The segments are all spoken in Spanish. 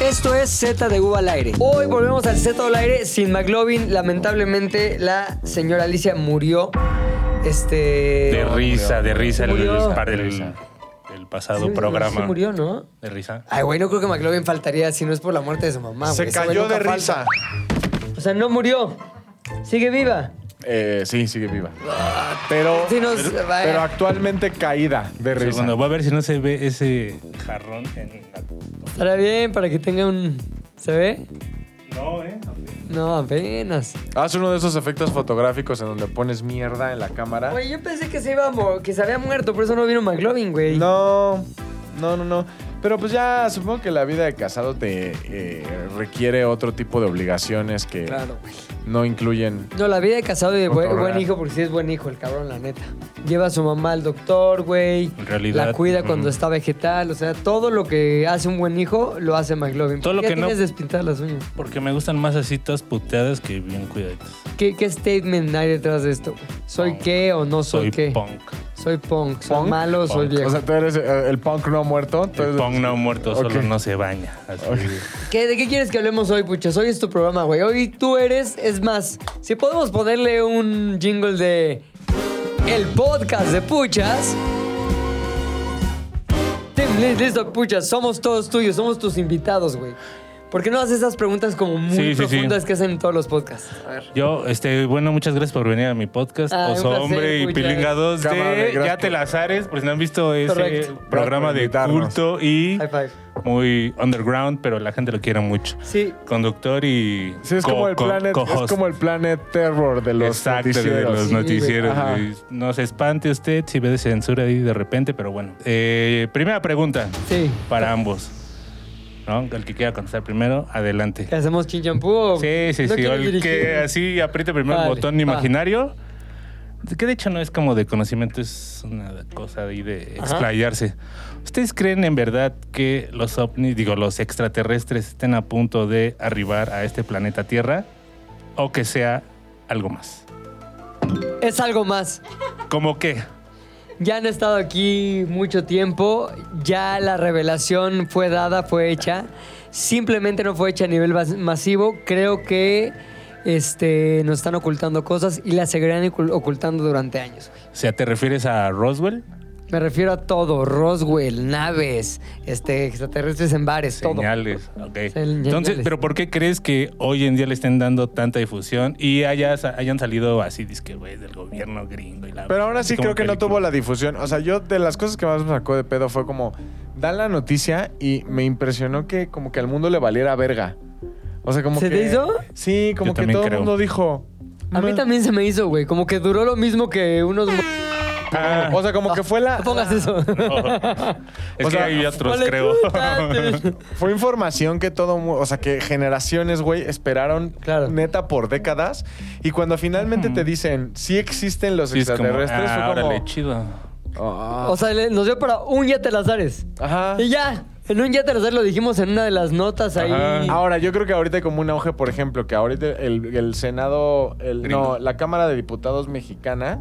Esto es Z de U al aire. Hoy volvemos al Z al aire sin McLovin. Lamentablemente, la señora Alicia murió. Este. De risa, de risa. El, Murió. el par del, del pasado Sí, programa. Se murió, ¿no? De risa. Ay, güey, no creo que McLovin faltaría si no es por la muerte de su mamá. Se Ah, güey. Ese güey cayó de nunca falta. risa. O sea, no murió. Sigue viva. Eh, sí, sigue viva. Pero, Sí, nos- vaya. pero actualmente caída de risa. Segundo, voy a ver si no se ve ese jarrón en la... Estará bien para que tenga un. ¿Se ve? No, ¿eh? No, apenas. Haz uno de esos efectos fotográficos en donde pones mierda en la cámara. Güey, yo pensé que se iba a mo- que se había muerto, por eso no vino McLovin, güey. No, no, no, no. Pero pues ya supongo que la vida de casado te eh, requiere otro tipo de obligaciones que Claro, güey. no incluyen. No, la vida de casado y de buen, Controlar. buen hijo, porque sí es buen hijo el cabrón, la neta. Lleva a su mamá al doctor, güey. En realidad, La cuida ujú. cuando está vegetal. O sea, todo lo que hace un buen hijo lo hace McLovin. Todo ¿Por lo qué que no- tienes despintadas las uñas? Porque me gustan más así todas puteadas que bien cuidaditas. ¿Qué, qué statement hay detrás de esto? güey? ¿Soy Punk. qué o no soy, Soy qué? punk. Soy punk. Soy ¿Punk? malo, soy Punk. viejo. O sea, tú eres eh, el punk no muerto. tú El eres- punk no muerto, solo Ok. no se baña. Así. ¿Qué- ¿De qué quieres que hablemos hoy, Puchas? Hoy es tu programa, güey. Hoy tú eres, es más, si podemos ponerle un jingle de el podcast de Puchas. Tim, li- listo, Puchas, somos todos tuyos, somos tus invitados, güey. ¿Por qué no haces esas preguntas como muy Sí, sí, sí. profundas que hacen en todos los podcasts? A ver. Yo, este, bueno, muchas gracias por venir a mi podcast. Ah, un Oso placer, Hombre y muchas Pilinga 2 Cámara, de gracias Ya te por- las ares, por si no han visto ese Correcto. programa de Gracias por invitarnos. culto y High five. muy underground, pero la gente lo quiere mucho. Sí. Conductor y Sí, es, co- como el co- planet, es co-host. como el planet terror de los Exacto, de noticieros. los Sí, güey. noticieros. Ajá. güey. No se espante usted si ve de censura ahí de repente, pero bueno. Eh, primera pregunta Sí. para ambos. ¿no? El que quiera contestar primero, adelante. ¿Que hacemos chinchampú o Sí, sí, no sí. o quieres El que dirigir? así apriete primero Vale, el botón va. imaginario. Que de hecho no es como de conocimiento, es una cosa ahí de Ajá. explayarse. ¿Ustedes creen en verdad que los ovnis, digo, los extraterrestres estén a punto de arribar a este planeta Tierra? ¿O que sea algo más? Es algo más. ¿Cómo qué? Ya han estado aquí mucho tiempo, ya la revelación fue dada, fue hecha. Simplemente no fue hecha a nivel mas- masivo. Creo que este, nos están ocultando cosas y las seguirán ocul- ocultando durante años. güey. O sea, ¿te refieres a Roswell? Me refiero a todo, Roswell, naves, este, extraterrestres en bares, Señales, ok. Señales. Entonces, ¿pero por qué crees que hoy en día le estén dando tanta difusión y haya- hayan salido así, disque, güey, del gobierno gringo y la... Pero ahora así sí como creo que no película? tuvo la difusión. O sea, yo de las cosas que más me sacó de pedo fue como, dan la noticia y me impresionó que como que al mundo le valiera verga. O sea, como ¿Se que... te hizo? Sí, Yo como que también todo el creo. mundo dijo... "Mm". todo. A mí "Meh". también se me hizo, güey. Como que duró lo mismo que unos... Ah, O sea, como que fue la... No pongas eso. Oh. es o que sea, hay otros, Vale, creo. puta. Fue información que todo, mu- o sea, que generaciones, güey, esperaron Claro. neta por décadas. Y cuando finalmente te dicen, sí existen los Sí, es como, extraterrestres, ah, fue como, órale, chido. "Ah". O sea, le- nos dio para un yate las ares. Ajá. Y ya, en un yate las ares lo dijimos en una de las notas ahí. Ajá. Ahora, yo creo que ahorita hay como un auge, por ejemplo, que ahorita el, el Senado, el, no, Gringo. la Cámara de Diputados mexicana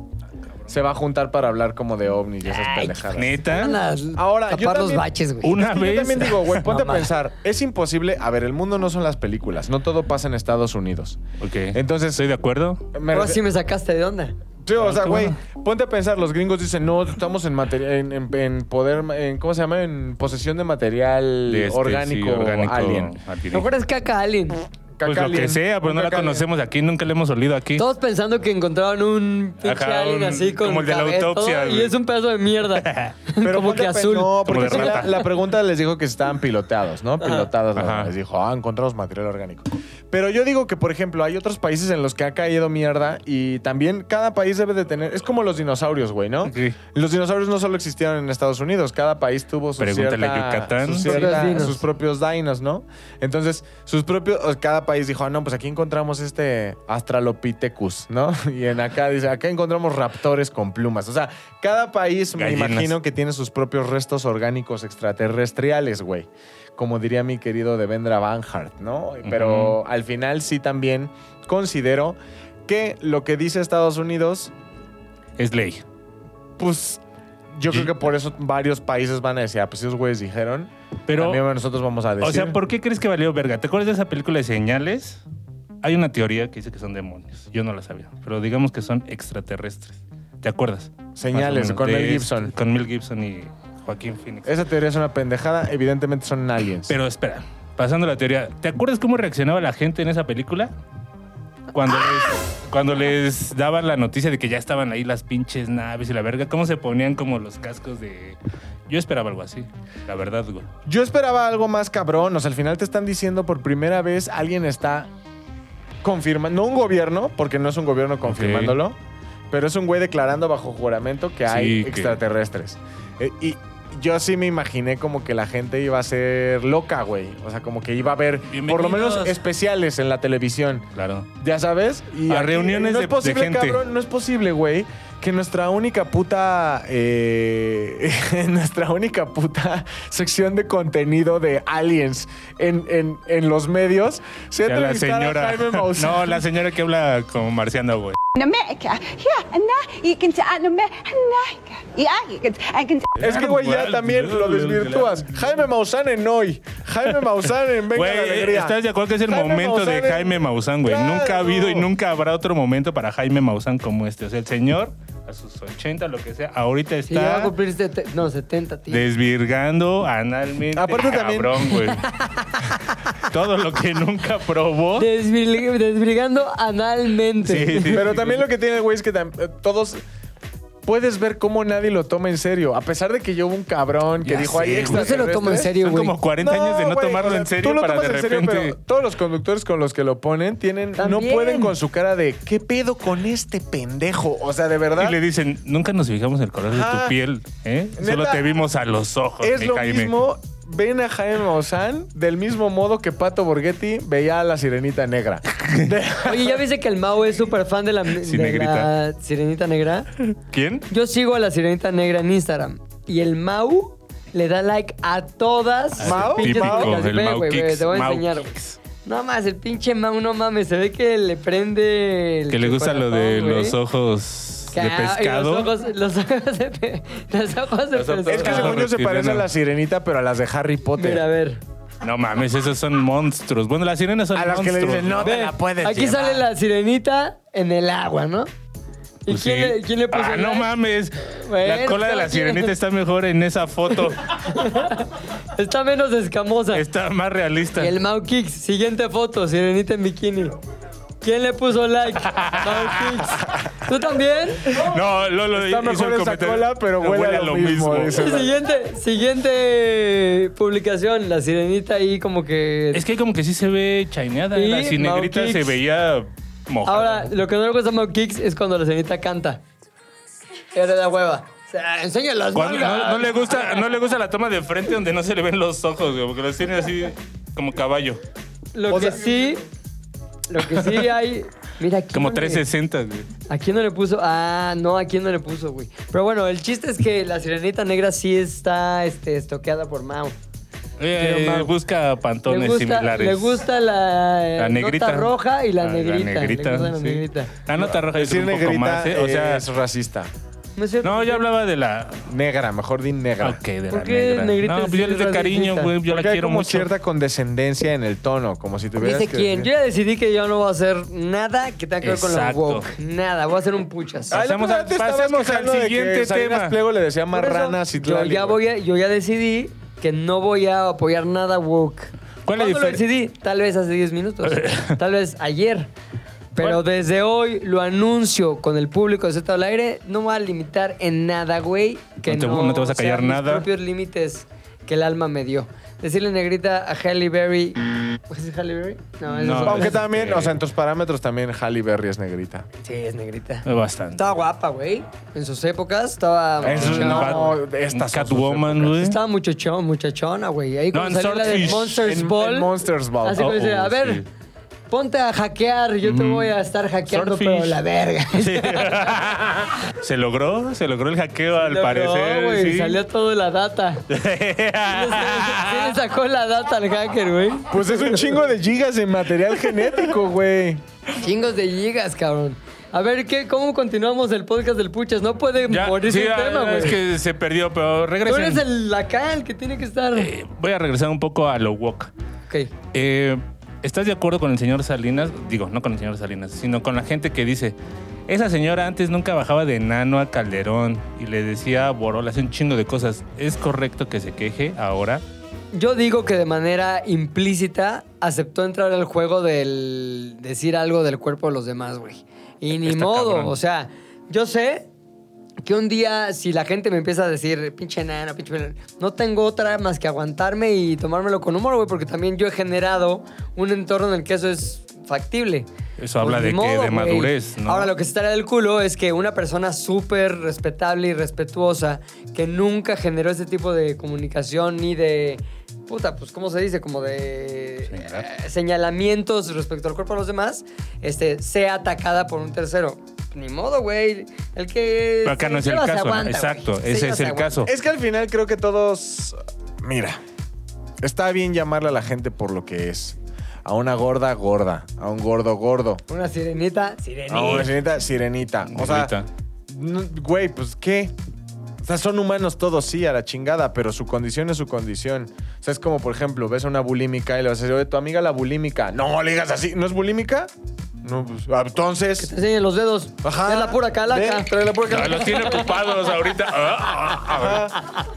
se va a juntar para hablar como de ovnis y esas Ay, pendejadas. Van Neta. a Ahora, yo tapar los también- baches, güey. Una Es que vez. Yo también digo, güey, ponte a Mamá. pensar, es imposible, a ver, el mundo no son las películas, no todo pasa en Estados Unidos. Ok. Entonces, ¿Estoy de acuerdo? me Ahora refi- sí me sacaste de onda. Sí, o sea, qué güey, bueno. ponte a pensar, los gringos dicen, no, estamos en, materia- en, en- en poder, en, ¿cómo se llama? En posesión de material De este, sí, orgánico, alien. adquirido. Mejor es caca alien. Pues Caca lo que alien. sea, pero no la Caca alien. conocemos aquí, nunca la hemos olido aquí. Todos pensando que encontraron un pinche Ajá, alien un- así con como el de la cabeza, autopsia, todo, Y güey. es un pedazo de mierda. Pero como ponte que a pe- azul. No, Como porque de sí, la, rata. la pregunta les dijo que estaban piloteados, ¿no? Pilotados. ¿no? Ajá. Les dijo, ah, encontramos material orgánico. Pero yo digo que, por ejemplo, hay otros países en los que ha caído mierda y también cada país debe de tener... Es como los dinosaurios, güey, ¿no? Ok. Los dinosaurios no solo existieron en Estados Unidos, cada país tuvo sus Pregúntale a Yucatán. sus, Propios cierta- dinos. sus propios dinos, ¿no? Entonces, sus propios, o cada país dijo, ah, no, pues aquí encontramos este Australopithecus, ¿no? Y en acá dice, acá encontramos raptores con plumas. O sea, cada país, me Gallinas. imagino, que tiene sus propios restos orgánicos extraterrestriales, güey. Como diría mi querido Devendra Banhart, ¿no? Pero al final sí también considero que lo que dice Estados Unidos, Es ley. pues Yo creo que por eso varios países van a decir, ah, pues esos güeyes dijeron, Pero- también nosotros vamos a decir. O sea, ¿por qué crees que valió verga? ¿Te acuerdas de esa película de señales? Hay una teoría que dice que son demonios. Yo no la sabía, pero digamos que son extraterrestres. ¿Te acuerdas? Señales, Más o menos, con de Mel este- Gibson. con Mel Gibson y Joaquín Phoenix. Esa teoría es una pendejada, evidentemente son aliens. Pero espera, pasando a la teoría, ¿te acuerdas cómo reaccionaba la gente en esa película? Cuando, ¡Ah! les, cuando les daban la noticia de que ya estaban ahí las pinches naves y la verga, ¿cómo se ponían como los cascos de...? Yo esperaba algo así, la verdad, güey. Yo esperaba algo más cabrón. O sea, al final te están diciendo por primera vez alguien está confirmando, no un gobierno, porque no es un gobierno confirmándolo, pero es un güey declarando bajo juramento que hay Sí, que- extraterrestres. Eh, y yo sí me imaginé como que la gente iba a ser loca, güey. O sea, como que iba a haber por lo menos Bienvenidos. especiales en la televisión. Claro. Ya sabes, y A reuniones no de- es posible, de gente. cabrón, no es posible, güey, que nuestra única puta eh, nuestra única puta sección de contenido de aliens en, en, en los medios sea Ya la entrevistar a señora... Jaime Maussan. No, la señora que habla como marciano, güey. in America. Yeah, and now you can say in America. Yeah, you can. I can. Es que, güey, ya también lo desvirtúas. Jaime Maussan en hoy. Jaime Maussan en Venga la Güey, Alegría. ¿estás de acuerdo que es el Jaime momento Maussan de en- Jaime Maussan, güey? Nunca ha habido y Claro. nunca habrá otro momento para Jaime Maussan como este. O sea, el señor, a sus 80, lo que sea, ahorita Sí, ya va a está cumplir sete- no, 70, tío. desvirgando analmente. Aparte también- cabrón, güey. Todo lo que nunca probó. Desvil- desbrigando analmente. Sí, sí. Pero también lo que tiene el güey es que tam- eh, todos. Puedes ver cómo nadie lo toma en serio. A pesar de que yo hubo un cabrón que Ya dijo ahí sé, güey. No se lo toma en serio, Son güey. como 40 años de no güey, tomarlo o sea, en serio tú lo para de tomas en repente. serio, pero todos los conductores con los que lo ponen tienen También. no pueden con su cara de ¿qué pedo con este pendejo? O sea, de verdad. Y le dicen, nunca nos fijamos en el color de tu Ajá. piel, ¿eh? Solo Neta, te vimos a los ojos, es mi lo Jaime. mismo. Ven a Jaime Maussan del mismo modo que Pato Borghetti veía a la sirenita negra. De- Oye, ¿ya viste que el Mau es súper fan de la, de Sí, negrita. la sirenita negra? ¿Quién? Yo sigo a la sirenita negra en Instagram. Y el Mau le da like a todas. sus ¿Mau? pinches Típico, noticas. el Ve, Mau güey, Kicks, ve, Te voy a Mau enseñar. güey. Kicks. No más, el pinche Mau, no mames. Se ve que le prende. el Que le gusta lo de chuparapón, güey. los ojos Que- de ah, y pescado. Los ojos, los ojos de, pe- los ojos de Los ojos- pescado. es que según yo se Reptiliano. parece a la sirenita, pero a las de Harry Potter. Mira, a ver. No mames, esos son monstruos. Bueno, las sirenas son A las que monstruos. le dicen, no te Ve, la puedes Aquí llevar. sale la sirenita en el agua, ¿no? ¿Y Pues quién, sí. le, quién le puso Ah, el no like? mames. la Bueno, cola de cada la quien. sirenita está mejor en esa foto. Está menos escamosa. está más realista. Y el Mau Kicks, siguiente foto, sirenita en bikini. ¿Quién le puso like? Mau Kicks. ¿Tú también? No, Lolo Está hizo mejor el esa comentario. cola, pero huele a lo mismo, dice. Y siguiente, siguiente publicación, la sirenita ahí como que... Es que como que sí se ve chaineada. Y La Mau sinegrita se Kicks. veía mojada. Ahora, lo que no le gusta a Mau Kicks es cuando la sirenita canta. Era la hueva. O sea, enseña las Cuando- no, nalgas. no le gusta, no le gusta la toma de frente donde no se le ven los ojos, güey, porque los tiene así como caballo. Lo O que sea- sí... Lo que sí hay... Mira, aquí Como no le- 360, güey. ¿A quién no le puso? Ah, no, ¿a quién no le puso, güey? Pero bueno, el chiste es que la sirenita negra sí está este, estoqueada por Mao. Eh, Pero, Mau, busca pantones le gusta, similares. Le gusta la, eh, La negrita. nota roja y la Ah, negrita. La negrita. Le gusta la sí. negrita. La nota roja es Decir un poco negrita más, ¿eh? O sea, es racista. No, es cierto, no, yo ¿por qué- hablaba de la. Negra, mejor di negra. Ok, de ¿Por la qué negra. negrita no, pues yo sí le doy es cariño, racista? güey. Yo la Porque hay quiero como mucho. cierta condescendencia en el tono, como si tuvieras Dice que quién. Yo decir- ya decidí que yo no voy a hacer nada que tenga que ver con la Exacto. woke. Nada, voy a hacer un puchas. Ay, Ah, el otro Pasamos día al- te estabas pasemos al quejando de que siguiente Salinas tema. Pliego le decía Por eso, marranas y yo ya, voy a- yo ya decidí que no voy a apoyar nada woke. ¿Cuál es la ¿Cuándo lo difer- decidí? Tal vez hace 10 minutos. tal vez ayer. Pero desde hoy lo anuncio con el público de Z al aire. No me voy a limitar en nada, güey. Que No no, te- no te vas a callar sean mis nada. propios límites que el alma me dio. Decirle negrita a Halle Berry. ¿Es Halle Berry? No, es No. otra. Aunque Este- también, o sea, en tus parámetros también Halle Berry es negrita. Sí, es negrita. Eh, Bastante. Estaba guapa, güey. En sus épocas estaba. En sus- muchachona. no, estas son sus Catwoman, épocas. güey. Estaba muchachón, muchachona, güey. Ahí No, cuando en salió la de Swordfish. Monsters En- Ball. en Monsters Ball. Así como Oh, dice, oh, a ver, sí. Mm. ponte a hackear, yo te voy a estar hackeando, Swordfish. pero la verga. Sí. se logró, se logró el hackeo al Logró, parecer. güey, sí. Salió toda la data. Sí le- sí le sacó la data al hacker, güey. Pues es un chingo de gigas de material genético, güey. Chingos de gigas, cabrón. A ver, ¿qué, ¿cómo continuamos el podcast del Puchas? No puede Ya, morir sí, sin ah, tema, güey. es que se perdió, pero Tú regresen. eres el acá, el que tiene que estar. Eh, voy a regresar un poco a lo wok. Ok. Eh, ¿Estás de acuerdo con el señor Salinas? Digo, no con el señor Salinas, sino con la gente que dice, esa señora antes nunca bajaba de nano a Calderón y le decía a Borol, hace un chingo de cosas. ¿Es correcto que se queje ahora? Yo digo que de manera implícita aceptó entrar al juego del decir algo del cuerpo de los demás, güey. Y ni Está modo, cabrón. o sea, yo sé que un día si la gente me empieza a decir, pinche nana, pinche nana", no tengo otra más que aguantarme y tomármelo con humor, güey, porque también yo he generado un entorno en el que eso es factible. Eso habla Pues de Pues ni que- de güey. madurez, ¿no? Ahora, lo que se estaría del culo es que una persona súper respetable y respetuosa que nunca generó ese tipo de comunicación ni de. Puta, pues, ¿cómo se dice? Como de. Señalar. eh, señalamientos respecto al cuerpo de los demás, este, sea atacada por un tercero. Ni modo, güey. El que. Pero acá se no es el lleva se caso, ¿no? aguanta, güey. Exacto, Se ese lleva es se el aguanta. caso. Es que al final creo que todos. Mira, está bien llamarle a la gente por lo que es. A una gorda, gorda. A un gordo, gordo. Una sirenita, A una sirenita. sirenita, sirenita. O sea, Ahorita. no- güey, pues qué. O sea, son humanos todos, sí, a la chingada, pero su condición es su condición. O sea, es como, por ejemplo, ves a una bulímica y le vas a decir, oye, tu amiga la bulímica. No, le digas así. ¿No es bulímica? No, pues, ah, Que te entonces... enseñen los dedos. Ajá. Es la pura calaca. Ven, trae la pura No, calaca. los tiene ocupados ahorita. Ah, ah, ah.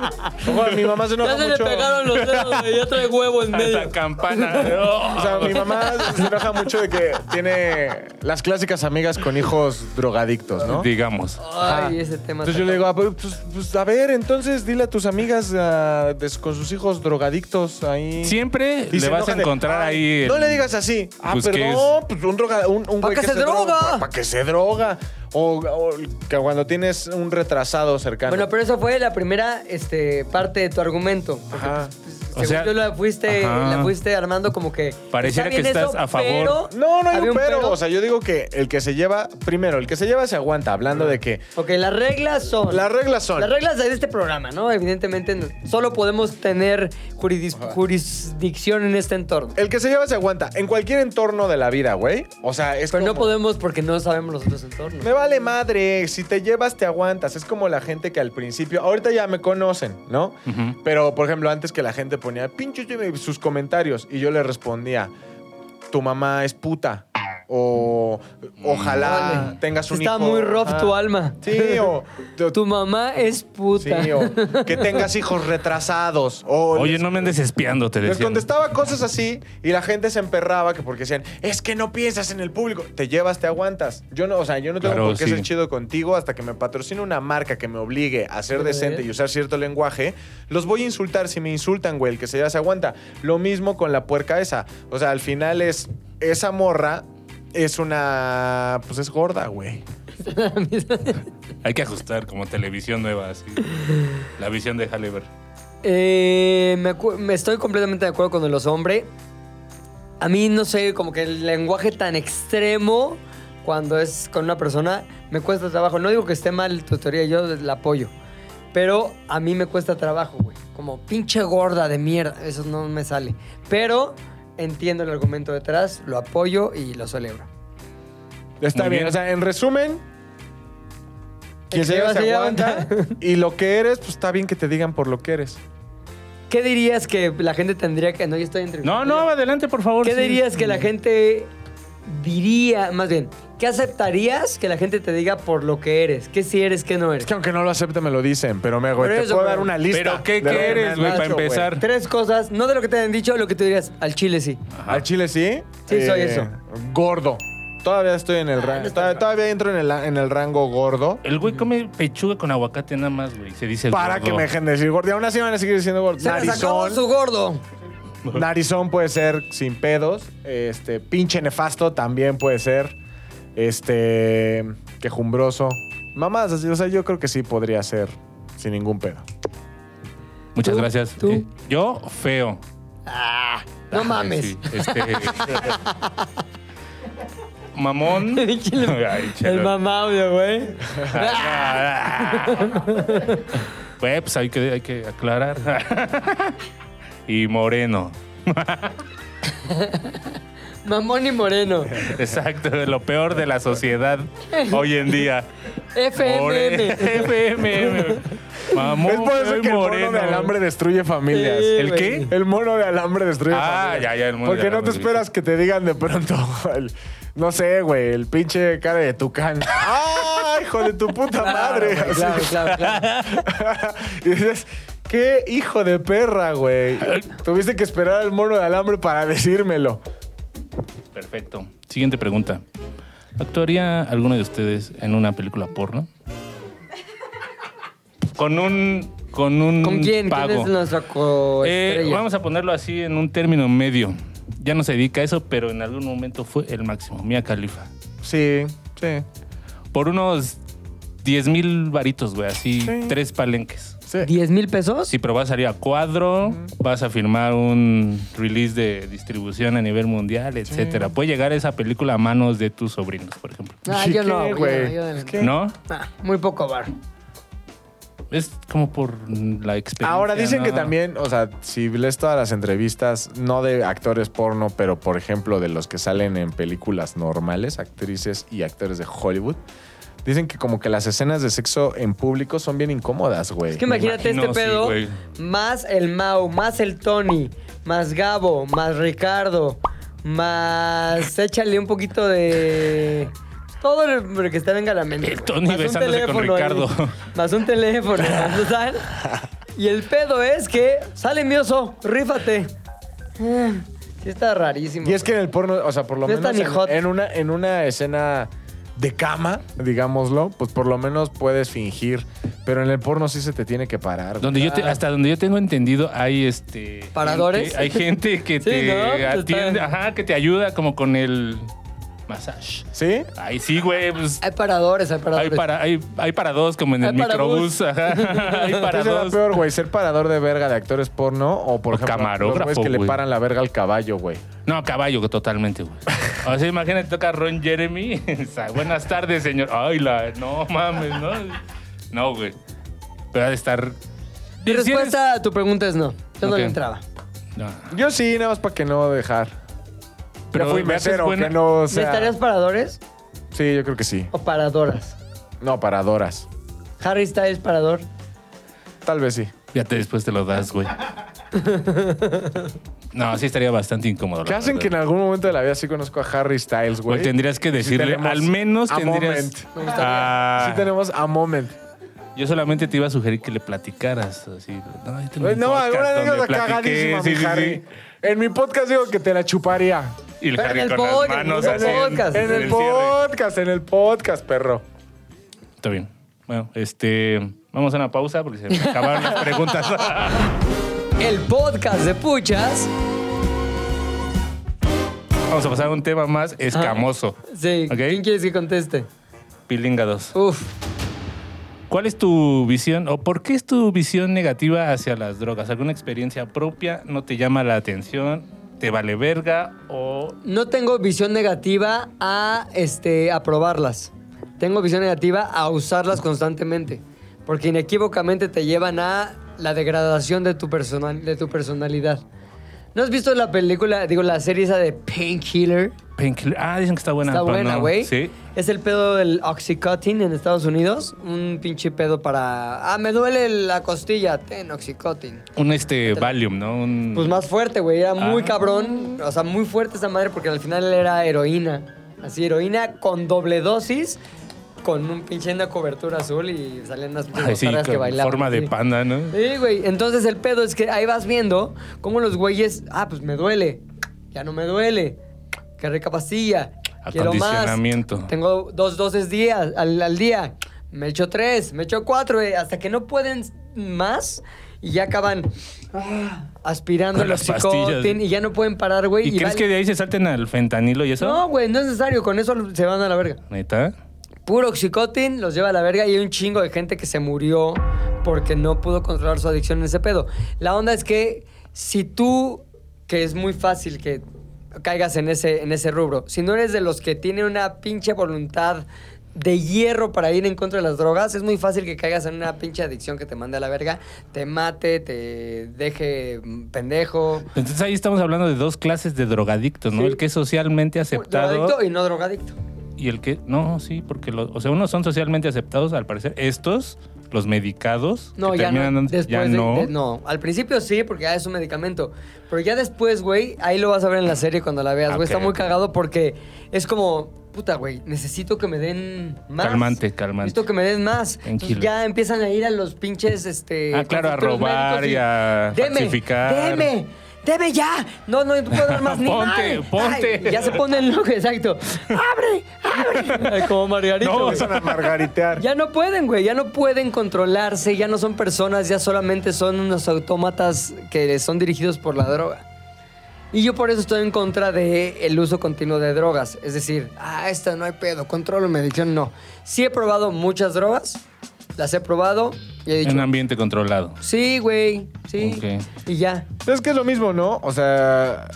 Ojo, mi mamá se enoja Ya se le mucho. pegaron los dedos, güey. Ya trae huevo en medio. Hasta ah, campana. Oh. O sea, mi mamá se enoja mucho de que tiene las clásicas amigas con hijos drogadictos, ¿no? Digamos. Ay, ese tema. Entonces yo le digo, ah, pues, pues, pues, a ver, entonces dile a tus amigas ah, des- con sus hijos drogadictos ahí. Siempre Y le se vas a enoja de, encontrar "Ay, ahí. el- No le digas así. Ah, Pues, ¿qué perdón, pues un droga, un, un ¿Pa' güey qué se droga? Para que se droga. O, o que cuando tienes un retrasado cercano. Bueno, pero eso fue la primera este, parte de tu argumento. Porque, Ajá. pues, O según sea, yo la fuiste, ajá. la fuiste armando como que. Pareciera está bien que estás a favor. pero- No, no hay había un pero. O sea, yo digo que el que se lleva, primero, el que se lleva se aguanta, hablando de que Ok, las reglas son. las reglas son. Las reglas de este programa, ¿no? Evidentemente, no- solo podemos tener juridis- jurisdicción en este entorno. El que se lleva se aguanta. En cualquier entorno de la vida, güey. O sea, es Pero no como- podemos porque no sabemos los otros entornos. Me vale madre, si te llevas te aguantas. Es como la gente que al principio, ahorita ya me conocen, ¿no? Ujú. Pero, por ejemplo, antes que la gente ponía pinches de- sus comentarios y yo le respondía, tu mamá es puta. O Mm. ojalá Órale. tengas un Está hijo. muy rough Ajá. tu alma. Sí, o... Tu mamá es sí, puta. o que tengas hijos retrasados. O Oye, les- no me andes espiando, te les decía. contestaba cosas así y la gente se emperraba que porque decían, es que no piensas en el público, te llevas, te aguantas. Yo no, o sea, yo no tengo Claro, por qué sí. ser chido contigo hasta que me patrocine una marca que me obligue a ser Sí, decente ¿verdad? y usar cierto lenguaje. Los voy a insultar si me insultan, güey, el que se lleva se aguanta. Lo mismo con la puerca esa. O sea, al final es esa morra es una pues es gorda, güey. Hay que ajustar como televisión nueva, así. La visión de Halle Berry. Eh, me, acu- me estoy completamente de acuerdo con los hombres. A mí, no sé, como que el lenguaje tan extremo cuando es con una persona me cuesta trabajo. No digo que esté mal tu teoría, yo la apoyo. Pero a mí me cuesta trabajo, güey. Como pinche gorda de mierda. Eso no me sale. Pero entiendo el argumento detrás, lo apoyo y lo celebro. Está Muy bien. bien. o sea, en resumen, quien que se lleva se aguanta. aguanta y lo que eres, pues está bien que te digan por lo que eres. ¿Qué dirías que la gente tendría que.? No, yo estoy entrevistando. No, no, adelante, por favor. ¿Qué sí. dirías que la gente diría, más bien, qué aceptarías que la gente te diga por lo que eres? ¿Qué si eres, qué no Es eres? que aunque no lo acepte me lo dicen, pero me güey, Pero te eso, puedo güey. dar una lista. Pero ¿qué de lo que me quieres, han güey, dicho, para empezar? Tres cosas, no de lo que te han dicho, lo que tú dirías, al chile sí. ¿Al Chile sí? Eh, Sí, soy eso. Gordo. Todavía estoy en el Ah, no rango. está Todavía, mal. todavía entro en el, en el rango gordo. El güey come pechuga con aguacate nada más, güey. Se dice Para gordo. que me dejen decir gordo. Y aún así van a seguir diciendo gordo. Se les acabó Narizón. su gordo. Narizón puede ser sin pedos. Este, pinche nefasto también puede ser. Este, quejumbroso. Mamás, así, o sea, yo creo que sí podría ser sin ningún pedo. Muchas ¿Tú? gracias. ¿Tú? Eh, Yo, feo. Ah, No Ay, mames. sí, este, mamón. El Ay, chelo. mamaudio, güey. Güey, pues hay que, hay que aclarar. y moreno. Mamón y Moreno. Exacto, lo peor de la sociedad hoy en día. More- FMM. FMM. Mamón, es por eso soy que el mono de moreno. alambre destruye familias. Sí, ¿El qué? El mono de alambre destruye Ah, familias. ya, ya, el mono Porque de no te alambre. esperas que te digan de pronto, el- no sé, güey, el pinche cara de tucán. ¡Ah, hijo de tu puta madre! Claro, claro, claro, claro. y dices, qué hijo de perra, güey. Tuviste que esperar al mono de alambre para decírmelo. Perfecto. Siguiente pregunta. ¿Actuaría alguno de ustedes en una película porno? Con un. Con un. ¿Con quién? Mm, Pago. ¿Quién es nuestra Eh, coestrella? vamos a ponerlo así en un término medio. Ya no se dedica a eso, pero en algún momento fue el máximo. Mía Califa. Sí, sí, Por unos 10 mil varitos, güey. Así, Sí. tres palenques. sí. ¿10 mil pesos? Sí, pero vas a salir a cuadro, vas a firmar un release de distribución a nivel mundial, etcétera. Puede llegar esa película a manos de tus sobrinos, por ejemplo. Ah, yo ¿Qué, no, güey. güey? yo- yo- Es que- ¿No? Ah, muy poco bar. Es como por la experiencia. Ahora dicen ¿no? que también, o sea, si lees todas las entrevistas, no de actores porno, pero por ejemplo de los que salen en películas normales, actrices y actores de Hollywood, dicen que como que las escenas de sexo en público son bien incómodas, güey. Es que imagínate imagino, este sí, pedo, güey. más el Mau, más el Tony, más Gabo, más Ricardo, más échale un poquito de todo lo que te venga a la mente. El güey. Tony Más un besándose con teléfono ahí, Ricardo. más un teléfono, más un tal. Y el pedo es que sale mi oso, rífate. Eh, Sí está rarísimo. Y es que güey. en el porno, o sea, por lo No está menos ni en, hot. en una, en una escena de cama, digámoslo, pues por lo menos puedes fingir, pero en el porno sí se te tiene que parar. güey. Donde yo te- hasta donde yo tengo entendido hay este ¿Paradores? gente- hay gente que Sí, te ¿no? Te atiende, está- ajá, que te ayuda como con el massage. ¿Sí? Ay, sí, güey, pues Hay paradores, hay hay paradores. para hay, hay para dos como en el Hay para microbús, bus. ajá. Hay para ¿Qué será dos. peor, güey? ¿Ser parador de verga de actores porno o, por O ejemplo, camarógrafo, los güeyes que le güey. paran la verga al caballo, güey? No, caballo totalmente, güey. O sea, imagínate toca Ron Jeremy. O sea, Buenas tardes, señor. Ay, la no mames, no. No, güey. Pero ha de estar Mi Si eres- respuesta a tu pregunta es no. Yo no Ok. le entraba. No. Yo sí, nada más para que no dejar. Pero Pero ya fui me haces mesero, buena- que no o sea- ¿Necesitarías paradores Sí, yo creo que sí. o paradoras? No, paradoras. Harry Styles parador. Tal vez sí. Ya te después te lo das, güey. No, sí estaría bastante incómodo. la ¿Qué hacen verdad. que en algún momento de la vida sí conozco a Harry Styles, güey? Güey, tendrías que Sí decirle, tenemos al menos a tendrías... moment. Ah, Sí tenemos a moment. Yo solamente te iba a sugerir que le platicaras. Así, no, yo tengo Güey, un No, podcast alguna donde anécdota platiqué, cagadísima, sí, mi sí, sí. Harry. En mi podcast digo que te la chuparía. Y el Pero Harry en el con las podcast, manos en el así podcast. En En el cierre. podcast, en el podcast, perro. Está bien. Bueno, este... Vamos a una pausa porque se me acabaron las preguntas. El podcast de Puchas. Vamos a pasar a un tema más escamoso. Sí. ¿Ok? ¿Quién quieres que conteste? Pilinga 2. Uf. ¿Cuál es tu visión o por qué es tu visión negativa hacia las drogas? ¿Alguna experiencia propia no te llama la atención? ¿Te vale verga? ¿O No tengo visión negativa a este a probarlas. Tengo visión negativa a usarlas constantemente. Porque inequívocamente te llevan a la degradación de tu, personal, de tu personalidad. ¿No has visto la película, digo, la serie esa de Painkiller? painkiller? Ah, dicen que está buena. Está pero buena, no. güey. Sí. Es el pedo del Oxycontin en Estados Unidos. Un pinche pedo para. Ah, me duele la costilla. Ten Oxycontin. Un este Valium, ¿no? Un- Pues más fuerte, güey. Era muy Ah. cabrón. O sea, muy fuerte esa madre porque al final era heroína. Así, heroína con doble dosis, con un pinche una cobertura azul y salían unas pinches Ay, sí, mojarras que con bailaban. forma de así. panda, ¿no? Sí, güey. Entonces el pedo es que ahí vas viendo cómo los güeyes. Ah, pues me duele. Ya no me duele. Qué rica pastilla. Quiero más. Acondicionamiento. Tengo dos dosis días al, al día. Me echo tres, me echo cuatro. eh, hasta que no pueden más y ya acaban ah, aspirando Con los las pastillas. psicotin y ya no pueden parar, güey. ¿Y, crees vale- que de ahí se salten al fentanilo y eso? No, güey, no es necesario. Con eso se van a la verga. ¿Neta? Puro oxicotin los lleva a la verga y hay un chingo de gente que se murió porque no pudo controlar su adicción en ese pedo. La onda es que si tú, que es muy fácil que caigas en ese, en ese rubro, si no eres de los que tiene una pinche voluntad de hierro para ir en contra de las drogas, es muy fácil que caigas en una pinche adicción que te mande a la verga, te mate, te deje mm, pendejo. Entonces ahí estamos hablando de dos clases de drogadictos, ¿no? Sí. El que es socialmente aceptado Drogadicto y no drogadicto. y el que no, sí, porque los, o sea, unos son socialmente aceptados al parecer, estos los medicados No, que ya no. terminan- Después ya de- no. de- no, al principio sí, porque ya es un medicamento. Pero ya después, güey, ahí lo vas a ver en la serie cuando la veas, Ah, güey. Está ok, muy ok. cagado porque es como, puta, güey, necesito que me den más. Calmante, calmante. Necesito que me den más. Tranquilo. Entonces ya empiezan a ir a los pinches, este... Ah, claro, a consultorios robar médicos y a "Deme, falsificar". Deme, deme ya. No, no, no puedo dar más ni Ponte, madre. ponte. Ay, ya se ponen loco, exacto. ¡Abre, abre! Ay, Como Margarito, No, güey. Empiezan a margaritear. Ya no pueden, güey, ya no pueden controlarse, ya no son personas, ya solamente son unos autómatas que son dirigidos por la droga. Y yo por eso estoy en contra del el uso continuo de drogas. Es decir, ah, esta no hay pedo, controlo mi adicción, no. Sí he probado muchas drogas, las he probado y he En dicho, un ambiente controlado. sí, güey, sí. Ok. Y ya. Es que es lo mismo, ¿no? O sea,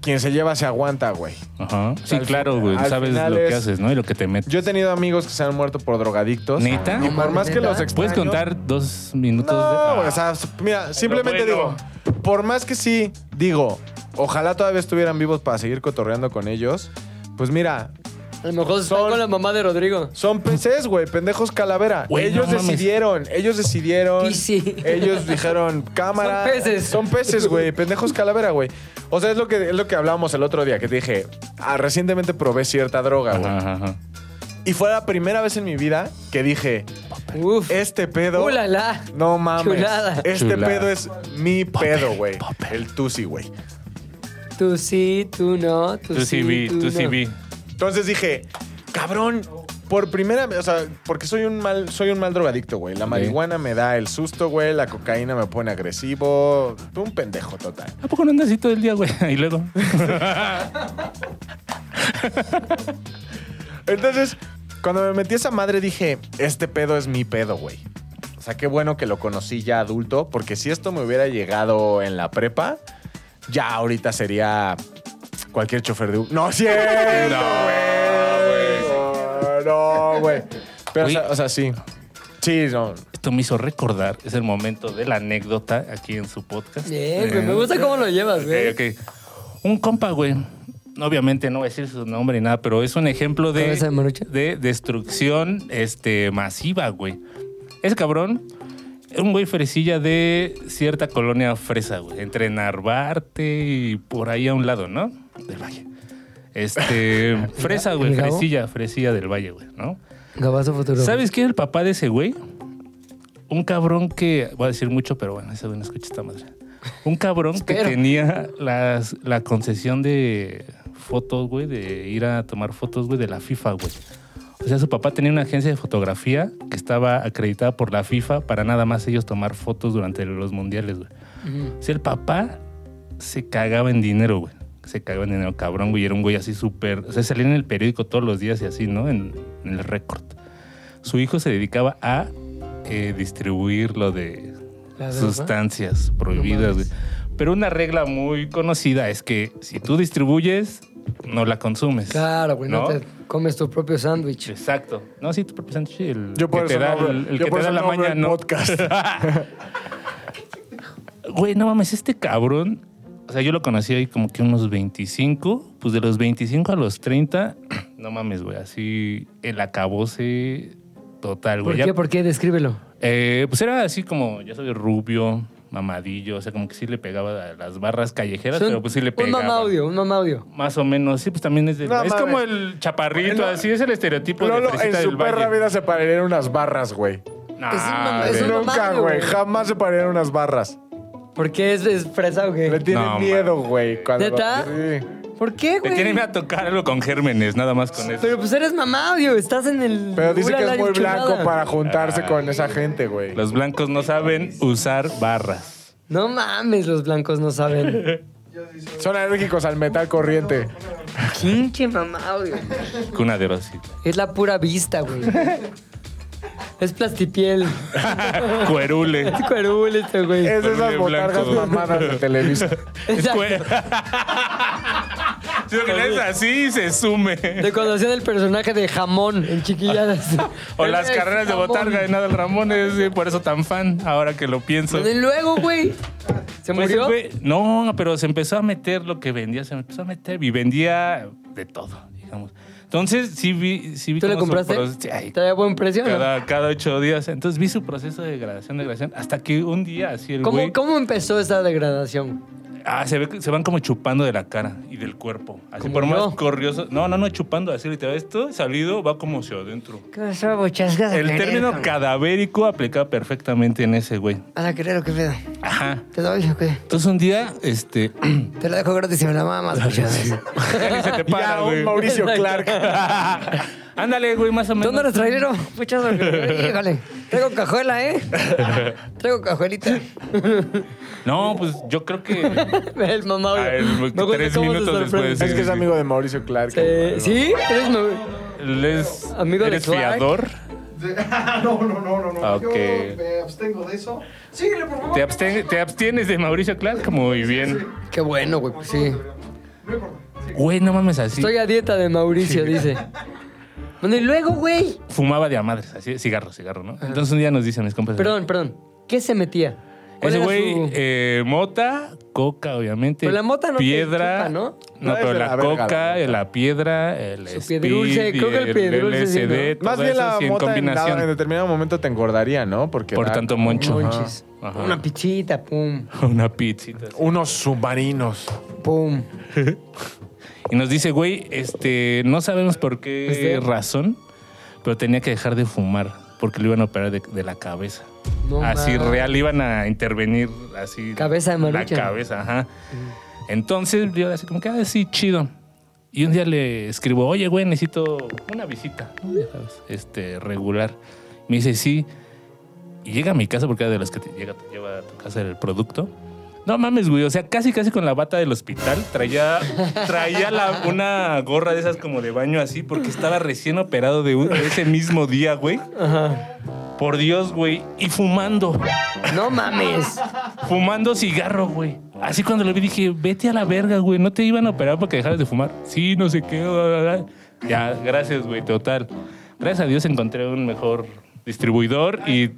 quien se lleva se aguanta, güey. Ajá. Sí, Al claro, fin- güey. al Sabes final lo que es- haces, ¿no? Y lo que te metes. Yo he tenido amigos que se han muerto por drogadictos. ¿Neta? Y por más que los ¿Neta? extraño... ¿Puedes contar dos minutos? de- No, Ah. o sea, mira, simplemente bueno. digo, por más que sí, digo, ojalá todavía estuvieran vivos para seguir cotorreando con ellos. Pues mira, A lo mejor están Son- con la mamá de Rodrigo. son peces, güey, pendejos calavera. Güey, ellos no mames. decidieron, ellos decidieron. Y sí. Ellos dijeron, cámara. Son peces. Son peces, güey, pendejos calavera, güey. O sea, es lo que es lo que hablábamos el otro día, que te dije, ah, recientemente probé cierta droga, Ajá, güey. ajá, ajá. Y fue la primera vez en mi vida que dije, Uf. este pedo. ¡Uh, la, la! No mames. Chulada. Este Chulada. pedo es mi pedo, güey. El Tusi, güey. Tú sí, tú no, tú, Tú sí vi, tú sí no. vi. Entonces dije, cabrón, por primera vez, o sea, porque soy un mal, soy un mal drogadicto, güey. La marihuana me da el susto, güey. La cocaína me pone agresivo. Un pendejo total. ¿A poco no andas así todo el día, güey? Y luego. Entonces, cuando me metí esa madre, dije, este pedo es mi pedo, güey. O sea, qué bueno que lo conocí ya adulto, porque si esto me hubiera llegado en la prepa, ya ahorita sería cualquier chofer de Uber. ¡No, es cierto, güey! No, güey. Pero, o sea, Güey. o sea, sí. Sí, no. Esto me hizo recordar. Es el momento de la anécdota aquí en su podcast. Bien, güey, Eh, me gusta cómo lo llevas, Ok, güey. ok. Un compa, güey. Obviamente no voy a decir su nombre ni nada, pero es un ejemplo de, ¿Cabeza de marucha? de destrucción este, masiva, güey. Ese cabrón era un güey fresilla de cierta colonia fresa, güey. Entre Narvarte y por ahí a un lado, ¿no? Del Valle. Este, fresa, güey, ¿El Gabo? fresilla, fresilla del Valle, güey, ¿no? Gabazo futuro. ¿Sabes quién es el papá de ese güey? Un cabrón que. Voy a decir mucho, pero bueno, ese güey no escucha esta madre. Un cabrón que Espero. tenía las, la concesión de fotos, güey, de ir a tomar fotos, güey, de la FIFA, güey. O sea, su papá tenía una agencia de fotografía que estaba acreditada por la FIFA para nada más ellos tomar fotos durante los mundiales, güey. O sea, el papá se cagaba en dinero, güey. Se cagaba en dinero, cabrón, güey. Era un güey así súper. O sea, salía en el periódico todos los días y así, ¿no? En, en el récord. Su hijo se dedicaba a eh, distribuir lo de La droga. sustancias prohibidas, güey. Pero una regla muy conocida es que si tú distribuyes, no la consumes. Claro, güey, no, te comes tu propio sándwich. Exacto. No, sí, tu propio sándwich, el Yo por que te eso da, no abro- el, el yo que por te da eso la no abro maña, el ¿no? podcast. Güey, no mames, este cabrón. O sea, yo lo conocí ahí como que unos 25. Pues de los 25 a los 30, no mames, güey. Así el acabose total, ¿Por güey. Ya- qué? ¿Por qué? Descríbelo. eh, pues era así como, ya sabes, rubio, mamadillo. O sea, como que sí le pegaba a las barras callejeras, Son- pero pues sí le un pegaba. mamá audio, un mamá audio. Más o menos, sí, pues también es del- No Es mames. como el chaparrito, No. así es el estereotipo de Lolo en fresita del su perra valle. vida se pararían unas barras, güey. Nah, Es un mamá- es güey. un mamá- Nunca, mames, güey. güey. Jamás se pararían unas barras. ¿Por qué es, es fresa o Le qué? tienen No, miedo, güey. cuando- ¿Neta? Sí. ¿Por qué, Te güey? tienen a tocar algo con gérmenes, nada más con eso. Pero pues eres mamá audio, estás en el... Pero dice que Ulala, es muy chulada. blanco para juntarse con esa gente, güey. Los blancos no saben usar barras. No mames, los blancos no saben. Son alérgicos al metal corriente. Pinche mamá audio. Cuna de Rosy. Es la pura vista, güey. Es plastipiel. Cuerule. Es cuerul este, güey. Es de Con un esas blanco. botargas mamadas de Televisa. Es Exacto. cue- Si lo que le haces así y se sume. De cuando hacían el personaje de jamón en chiquilladas. O las Es carreras de jamón. botarga de Nadal Ramón, es eh, por eso tan fan, ahora que lo pienso. Y luego, güey. ¿Se Pues, murió? güey, no, pero se empezó a meter lo que vendía, se empezó a meter y vendía de todo, digamos. Entonces, sí vi, sí vi ¿Tú le cómo su compraste? proce- Sí, ay, ¿Traía buen precio? o no? cada, cada ocho días. Entonces vi su proceso de degradación, degradación, hasta que un día así el ¿Cómo, güey... ¿Cómo empezó esa degradación? Ah, se, ve que se van como chupando de la cara y del cuerpo. Así Como por más yo. corrioso. No, no, no, chupando así. Literal, esto salido va como hacia adentro. ¿Qué pasó, bochascas? El término cadavérico aplica perfectamente en ese güey. A la querer, ¿qué pedo? Ajá. ¿Te doy o qué? Entonces un día, este... Te la dejo gratis y me la mamas, bochascas. ya ni se te para, Ya un güey. Mauricio Clark. Ándale, güey, más o menos. ¿Dónde eres trailero? Bochascas. Híjole. Traigo cajuela, ¿eh? Traigo cajuelita. No, pues yo creo que... El mamá, A ver, güey. Me gusta Ah, tres cómo se minutos sorprende. después, Es que es sí. amigo de Mauricio Clark. Eh, ¿Sí? ¿Eres mi- ¿Eres, Amigo de ¿eres Clark. fiador? no, no, no, no, Ah, no. Ok. Yo me abstengo de eso. Síguele, por favor. ¿Te, absten- te abstienes de Mauricio Clark? Muy bien. Qué bueno, güey, pues sí. No importa. Sí. Güey, no mames así. Estoy a dieta de Mauricio, dice. Bueno, y luego, güey. Fumaba de a madres, así, cigarro, cigarro, ¿no? Entonces un día nos dicen mis compas... Perdón, perdón. ¿Qué se metía? ¿Cuál Ese era güey, su- eh, mota, coca, obviamente. Pero la mota no te piedra, chupa, ¿no? No, No, es pero de la, la verga, la coca, mota. la piedra, el Su speed, piedrulce, y creo que el el piedrulce, sí, LSD, ¿no? todo Más bien Pues eso, la sí, en mota en, combinación. en determinado momento te engordaría, ¿no? Porque por da tanto como moncho. Monchis. Ajá. Una pichita, pum, Una pizzita. así. Unos submarinos. pum. Y nos dice, güey, este, no sabemos por qué Este. razón, pero tenía que dejar de fumar porque lo iban a operar de, de la cabeza. No así mames. real iban a intervenir así. Cabeza de La marucha. Mm. cabeza, ajá. Entonces yo así como que ah, sí, chido. Y un día le escribo, oye, güey, necesito una visita, ¿no? Ya sabes, este, regular. Me dice, sí. Y llega a mi casa porque era de las que te llega, te lleva a tu casa el producto. No mames, güey. O sea, casi, casi con la bata del hospital. Traía, traía la- una gorra de esas como de baño así porque estaba recién operado de, un- de ese mismo día, güey. Por Dios, güey. Y fumando. No mames. Fumando cigarro, güey. Así cuando lo vi dije, vete a la verga, güey. No te iban a operar porque dejaras de fumar. Sí, no sé qué. bla, bla, bla. Ya, gracias, güey. Total. Gracias a Dios encontré un mejor distribuidor y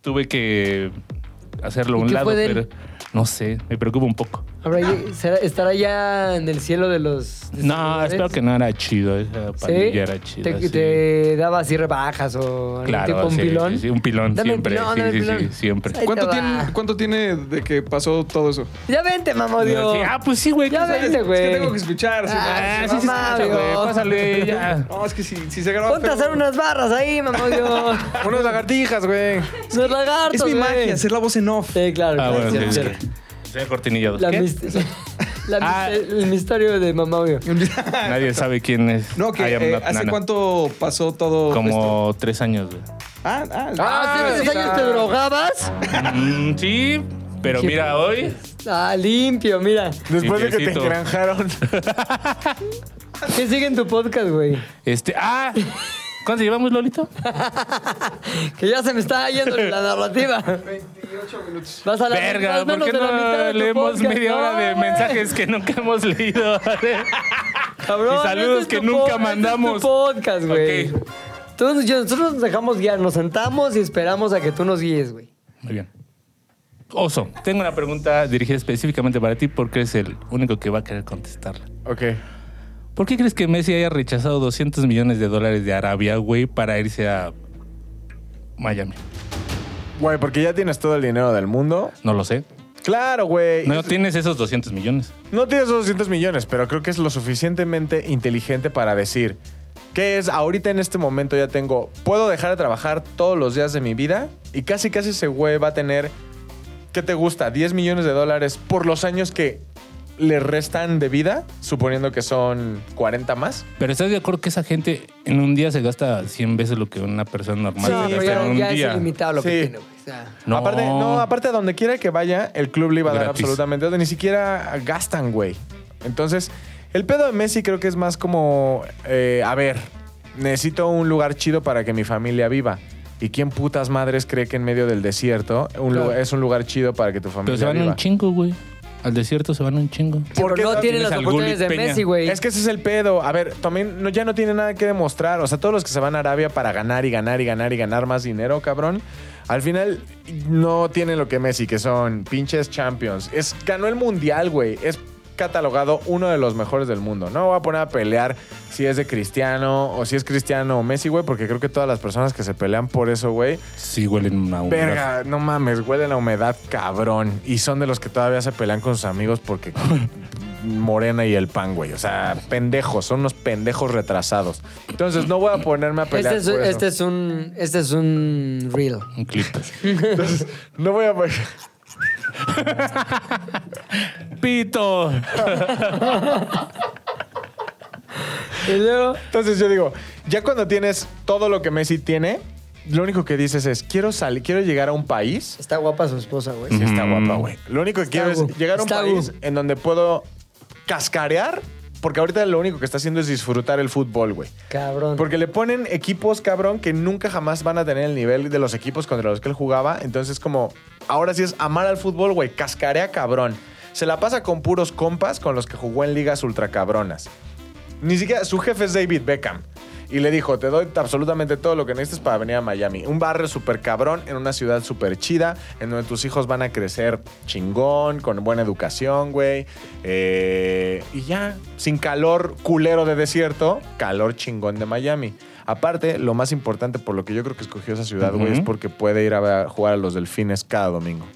tuve que hacerlo a ¿Y un qué lado. fue de él? Pero no sé, me preocupa un poco. Habrá lleg- será- ¿Estará ya en el cielo de los... No, espero que no era chido. Esa ¿Sí? pandilla era chida. ¿Te, sí. te daba así rebajas o algún Claro, tipo un sí, pilón? sí, sí, un pilón Dame el siempre, pilón, sí, dame el sí, sí, pilón. siempre. Ahí te ¿Cuánto va. tiene, ¿Cuánto tiene de que pasó todo eso? Ya vente, mamá Dios. Sí, Ah, pues sí, güey. Ya pásale. vente, güey. Es que tengo que escuchar. si no, Ah, si sí, no- sí, Pásale, Mario. güey, Pásale, ya. No, es que si, si se graba. Ponte a feo- hacer unas barras ahí, mamá Dios. Unas lagartijas, güey. Los lagartos, Es mi güey. magia, hacer la voz en off. Sí, claro. Ah, claro, bueno, cierto, sí, cierto. sí. Sea cortinillado. La ¿Qué? mis- la Ah. mis- El misterio de mamá Dios. Nadie sabe quién es. No, que I am eh, not ¿hace Nana. cuánto pasó todo esto? Como tres años, güey. Ah, ah, Ah, ¿hace tres está. años te drogabas? Mm, sí, pero Sí, mira, pero- hoy. Ah, limpio, mira. Después de que te Limpiecito. engranjaron. ¿Qué sigue en tu podcast, güey? Este. ¡Ah! ¿Cuánto llevamos, Lolito? Que ya se me está yendo la narrativa. 28 minutos. Vas a la Verga, vas menos ¿por de qué la mitad de no tu leemos podcast? media hora No, de güey. mensajes que nunca hemos leído? Cabrón, y saludos ese es que tu nunca po- ese es tu mandamos? podcast, güey. Ok. Entonces, yo- nosotros nos dejamos guiar, nos sentamos y esperamos a que tú nos guíes, güey. Muy bien. Oso, tengo una pregunta dirigida específicamente para ti porque eres el único que va a querer contestarla. ok. ¿Por qué crees que Messi haya rechazado 200 millones de dólares de Arabia, güey, para irse a Miami? Güey, porque ya tienes todo el dinero del mundo. No lo sé. Claro, Eh, güey. No tienes esos 200 millones. No tienes 200 millones, pero creo que es lo suficientemente inteligente para decir que es ahorita en este momento ya tengo, puedo dejar de trabajar todos los días de mi vida y casi casi ese güey va a tener, ¿qué te gusta? 10 millones de dólares por los años que le restan de vida, suponiendo que son 40 más. Pero ¿estás de acuerdo que esa gente en un día se gasta 100 veces lo que una persona normal No, se pero gasta ya, en un ya día? es ilimitado lo que Sí. tiene, güey. O sea, No. Aparte, no, aparte a donde quiera que vaya, el club le iba a dar Gratis. absolutamente todo. Ni siquiera gastan, güey. Entonces, el pedo de Messi creo que es más como, eh, a ver, necesito un lugar chido para que mi familia viva. ¿Y quién putas madres cree que en medio del desierto un lu- Claro. es un lugar chido para que tu familia Pero se van viva? un chingo, güey. Al desierto se van un chingo. ¿Por qué Pero no tienen no tienes las al oportunidades de Gullit Peña? Messi, güey. Es que ese es el pedo. A ver, también no, ya no tiene nada que demostrar. O sea, todos los que se van a Arabia para ganar y ganar y ganar y ganar más dinero, cabrón. Al final no tiene lo que Messi, que son pinches champions. Es, ganó el mundial, güey. Es catalogado uno de los mejores del mundo. No me voy a poner a pelear si es de Cristiano o si es Cristiano o Messi, güey, porque creo que todas las personas que se pelean por eso, güey, Sí, huelen a un Verga, no mames, huele la humedad cabrón. Y son de los que todavía se pelean con sus amigos porque Morena y el pan, güey. O sea, pendejos, son unos pendejos retrasados. Entonces no voy a ponerme a pelear Este es, por eso. este es un. Este es un reel. Un clip. Entonces, no voy a poner- ¡Pito! Y luego. Entonces yo digo, ya cuando tienes todo lo que Messi tiene, lo único que dices es, quiero salir, quiero llegar a un país. Está guapa su esposa, güey. Mm. Sí está guapa, güey. Lo único que quiero gu- es llegar a un está país gu- en donde puedo cascarear, porque ahorita lo único que está haciendo es disfrutar el fútbol, güey. Cabrón. Porque le ponen equipos, cabrón, que nunca jamás van a tener el nivel de los equipos contra los que él jugaba. Entonces, como, ahora sí es amar al fútbol, güey, cascarea cabrón. Se la pasa con puros compas con los que jugó en ligas ultra cabronas. Ni siquiera su jefe es David Beckham. Y le dijo, te doy absolutamente todo lo que necesites para venir a Miami. Un barrio súper cabrón, en una ciudad súper chida, en donde tus hijos van a crecer chingón, con buena educación, güey. Eh, y ya, sin calor culero de desierto, calor chingón de Miami. Aparte, lo más importante por lo que yo creo que escogió esa ciudad, güey, Ujú. es porque puede ir a ver- jugar a los delfines cada domingo.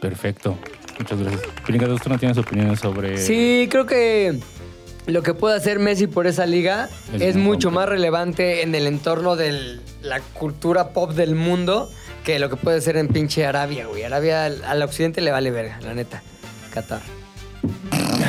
Perfecto. Muchas gracias. Pringados, tú no tienes opiniones sobre. Sí, creo que lo que puede hacer Messi por esa liga Es es, muy mucho complejo. más relevante en el entorno de la cultura pop del mundo que lo que puede ser en pinche Arabia, güey. Arabia al, al occidente le vale verga, la neta. Qatar.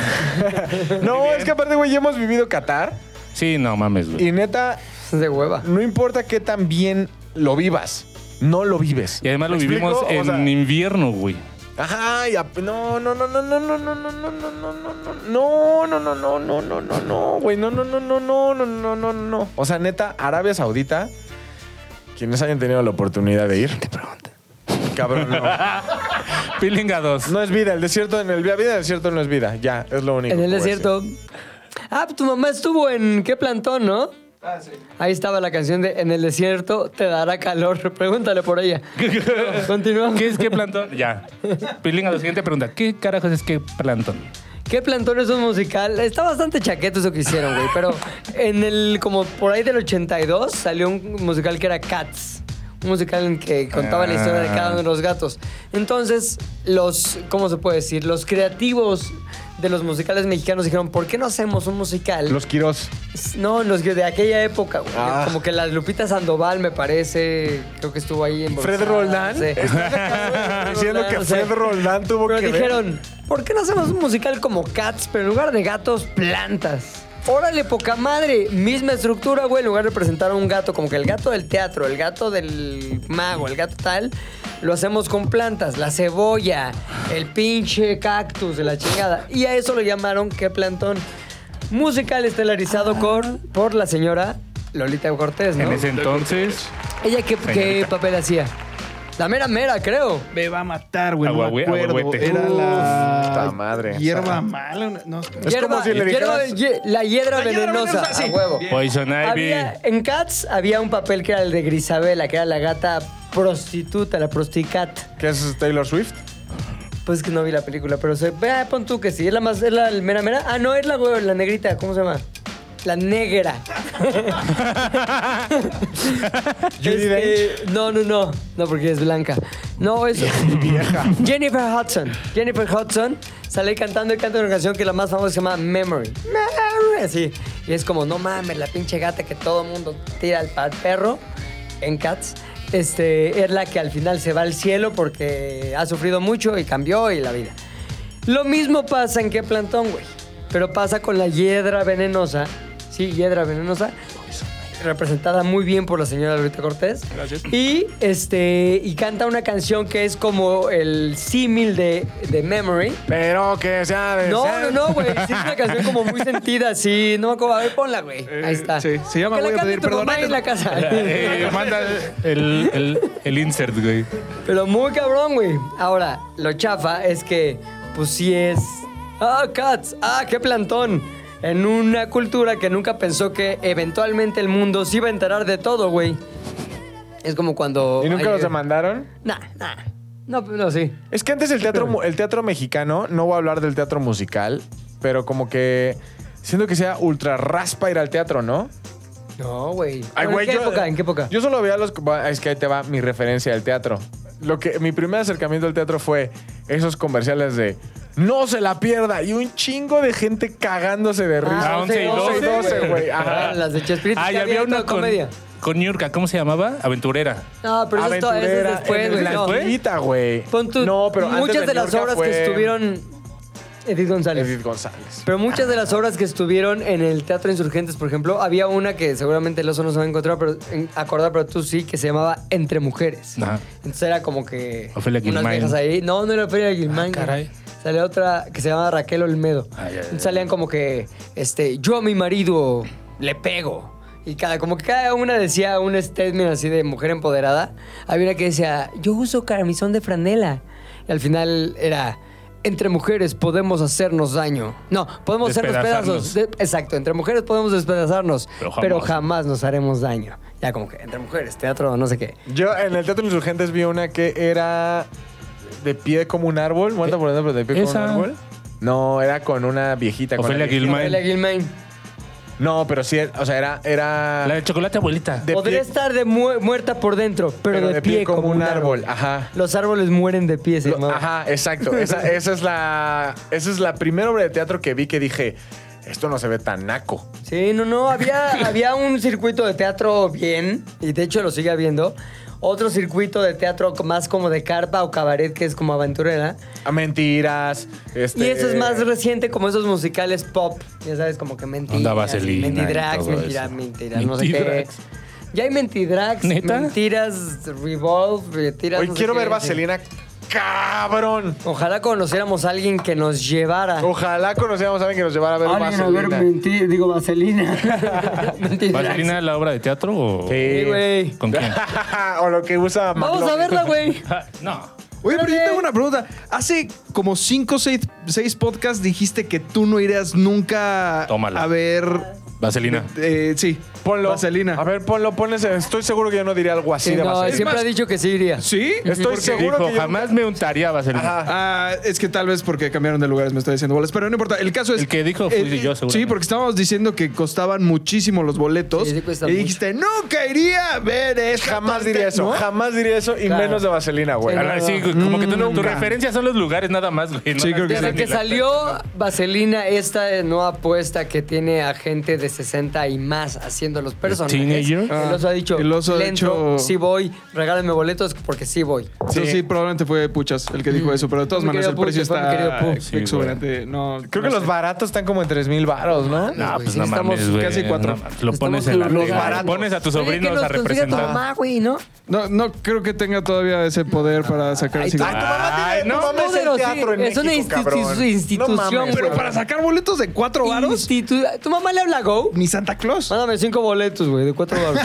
No, es que aparte, güey, ya hemos vivido Qatar. Sí, no mames, güey. Y neta, Es de hueva. no importa qué tan bien lo vivas, no lo vives. Y además lo ¿Me vivimos explico? en O sea, invierno, güey. Ajá, y ap- no, no, no, no, no, no, no, no, no, no, no, no, no, no, no, no, no, no, no, no, güey, no, no, no, no, no, no, no, no, no. O sea, neta, Arabia Saudita, quienes hayan tenido la oportunidad de ir. Te pregunto. Cabrón, no. Pilingados. No es vida, el desierto en el vida, vida en el desierto no es vida, ya, es lo único. En el que voy a desierto. Ah, tu mamá estuvo en qué plantón, ¿no? Ah, sí. Ahí estaba la canción de En el desierto te dará calor. Pregúntale por ella. Continuamos. ¿Qué es qué plantón? Ya. Pilingados, siguiente pregunta. ¿Qué carajos es qué plantón? ¿Qué plantón es un musical? Está bastante chaqueto eso que hicieron, güey. Pero en el, como por ahí del 82, salió un musical que era Cats. Un musical en que contaba la historia de cada uno de los gatos. Entonces, los, ¿cómo se puede decir? Los creativos de los musicales mexicanos dijeron, ¿por qué no hacemos un musical? decir. Los Quirós. No, los que de aquella época, güey. Ah. Como que la Lupita Sandoval, me parece, creo que estuvo ahí en Fred Roldán. Diciendo que Fred Roldán tuvo pero que ver. dijeron, ¿por qué no hacemos un musical como Cats, pero en lugar de gatos, plantas? Órale, poca madre. Misma estructura, güey. En lugar de presentar a un gato, como que el gato del teatro, el gato del mago, el gato tal, lo hacemos con plantas. La cebolla, el pinche cactus de la chingada. Y a eso lo llamaron qué plantón. Musical estelarizado cor- por la señora Lolita Cortés, ¿no? Ah. En ese entonces. ¿Ella qué, qué Señorita. papel hacía? La mera mera, creo. Me va a matar, güey. No me Aguahue- acuerdo. aguahuete. Era Uf, la. puta madre. Hierba mala. una- No, espera. Es como si le dijeras- hierba- la hiedra La hiedra venenosa, venenosa, sí. a huevo. Bien. Poison Ivy. Había- en Cats había un papel que era el de Grisabela, que era la gata prostituta, la prosticat. ¿Qué es Taylor Swift? Pues es que no vi la película, pero se, ah, pon tú que sí, es la más, es la mera mera. Ah, no, es la güey, la negrita, ¿cómo se llama? La negra. Judi Este, no, no, no, no, porque es blanca. No, es Vieja. Jennifer Hudson. Jennifer Hudson sale cantando y canta una canción que es la más famosa que se llama Memory. Memory, así. Y es como, no mames, la pinche gata que todo mundo tira al pa- perro en Cats. Este, es la que al final se va al cielo porque ha sufrido mucho y cambió y la vida. Lo mismo pasa en qué plantón, güey. Pero pasa con la hiedra venenosa. Sí, hiedra venenosa. Representada muy bien por la señora Lolita Cortés. Gracias. Y, este, y canta una canción que es como el símil de, de Memory. Pero que sea de No, ser. no, no, güey. Sí, es una canción como muy sentida, así. No, como, a ver, ponla, güey. Ahí está. sí, se llama Que Voy la a cante pedir tu perdón mamá antes- en la casa. Eh, manda el, el- el insert, güey. Pero muy cabrón, güey. Ahora, lo chafa es que pues sí es. ¡Ah, Cats! ¡Ah, qué plantón! En una cultura que nunca pensó que eventualmente el mundo se iba a enterar de todo, güey. Es como cuando. ¿Y nunca ay, los eh, demandaron? Nah, nah. No, pues, no, sí. Es que antes el teatro, mu- el teatro mexicano, no voy a hablar del teatro musical, pero como que siento que sea ultra raspa ir al teatro, ¿no? No, güey. Ay, ¿En güey, qué yo- época? ¿En qué época? Yo solo veía los. va, Es que ahí te va mi referencia al teatro. Lo que, mi primer acercamiento al teatro fue esos comerciales de no se la pierda y un chingo de gente cagándose de risa. Ah, 11 y 12, 12, güey. Ajá. Las de Chespirito. Ah, que y había una toda con, comedia. con Niurka, ¿cómo se llamaba? Aventurera. No, pero eso, esto- eso es Aventurera, después, en güey. la no. escuelita, güey. Pon tú- no, pero antes muchas de, las Niurka obras fue que estuvieron. Edith González. Edith González. Pero muchas de las obras que estuvieron en el Teatro Insurgentes, por ejemplo, había una que seguramente el oso no se va a encontrar, pero en- acordar, pero tú sí, que se llamaba Entre Mujeres. Ajá. Entonces era como que Ofelia unas Guilmain. viejas ahí. No, no era Ah, Ofelia Guilmain. caray. güey. Salía otra que se llamaba Raquel Olmedo. Ay, ay, ay. Entonces salían como que este, yo a mi marido le pego. Y cada, como que cada una decía un statement así de mujer empoderada. Había una que decía, yo uso camisón de franela. Y al final era, entre mujeres podemos hacernos daño. No, podemos hacernos pedazos. Despedazarnos. De- exacto, entre mujeres podemos despedazarnos, Pero jamás. pero jamás nos haremos daño. Ya como que entre mujeres, teatro, no sé qué. Yo en el Teatro Insurgentes vi una que era de pie como un árbol, muerta Eh, por dentro, pero de pie esa. como un árbol. No, era con una viejita. con Ofelia la viejita. Guilmain. Ofelia Guilmain. No, pero sí, o sea, era... era La de chocolate abuelita. Ah. de Podría pie- estar de mu- muerta por dentro, pero, de, pie, como, un árbol. Ajá. Los árboles mueren de pie, se Lo- llamaba. ajá, exacto. Esa, esa es la, esa es la primera obra de teatro que vi que dije, esto no se ve tan naco. Sí, no, no, había, había un circuito de teatro bien, y de hecho lo sigue habiendo. Otro circuito de teatro más como de carpa o cabaret, que es como aventurera. A Ah, mentiras. Este, Y eso es más reciente, como esos musicales pop. Ya sabes, como que mentiras. Onda vaselina y Mentidrags, todo mentira, eso. mentiras, no sé qué. Mentidrags. Ya hay mentidrags, ¿Neta? mentiras, revolve, mentiras. Hoy no sé quiero qué, ver sí. Vaselina, cabrón. Ojalá conociéramos a alguien que nos llevara. Ojalá conociéramos a alguien que nos llevara a ver Alguien a ver Vaselina. menti- digo vaselina. Mentidrags. ¿Vaselina la obra de teatro o Sí, güey. con quién? o lo que usa Vamos a McLovin. verla, güey. Ah, no. Oye, pero yo tengo una pregunta. Hace como cinco o seis, seis podcasts dijiste que tú no irías nunca Tómala. a ver. Vaselina. eh, sí, Ponlo. Vaselina. A ver, ponlo, ponles. Estoy seguro que yo no diría algo así de no, Vaselina. siempre ha dicho que sí iría. ¿Sí? Estoy seguro Dijo, que yo- jamás me untaría Vaselina. Ah, es que tal vez porque cambiaron de lugares me estoy diciendo bolas, pero no importa. El caso es. eh, El que dijo fui yo, seguramente. Sí, porque estábamos diciendo que costaban muchísimo los boletos. Sí, sí cuesta y dijiste, nunca iría a ver eso. Ah, Jamás diría eso. Jamás diría eso y Claro. menos de Vaselina, güey. Sí, Ah, sí, como que tú no- tu Nunca. referencia son los lugares nada más, güey. Sí, No creo que las- Desde sí. que salió Vaselina, esta nueva apuesta que tiene a gente de 60 y más haciendo los personajes. teenagers? El oso ha dicho, El oso ha le entro, dicho- sí voy, regálenme boletos porque sí voy. Sí. sí, probablemente fue Puchas el que dijo eso, pero de todas Mi maneras el querido precio Puchas, Mm. fue mi está querido Puch. Sí, exuberante. No, Creo no que los sé. baratos están como en 3 mil baros, ¿no? No, güey, pues sí, no mames, estamos güey. casi cuatro. No, lo pones en la Estamos tele, baratos. Pones a tus Oye, que sobrinos nos a consiga tu representar. mamá, güey, ¿no? No, no creo que tenga todavía ese poder para sacar Ay, así- ay, Ay, no, no, es el Poderoso, teatro en es una México, institu- cabrón. No institución, mames, pero Pero para sacar boletos de Ah, cuatro varos, Institu- ¿Tu mamá le habla a Go? ni Santa Claus. Mándame cinco boletos, güey, de cuatro baros.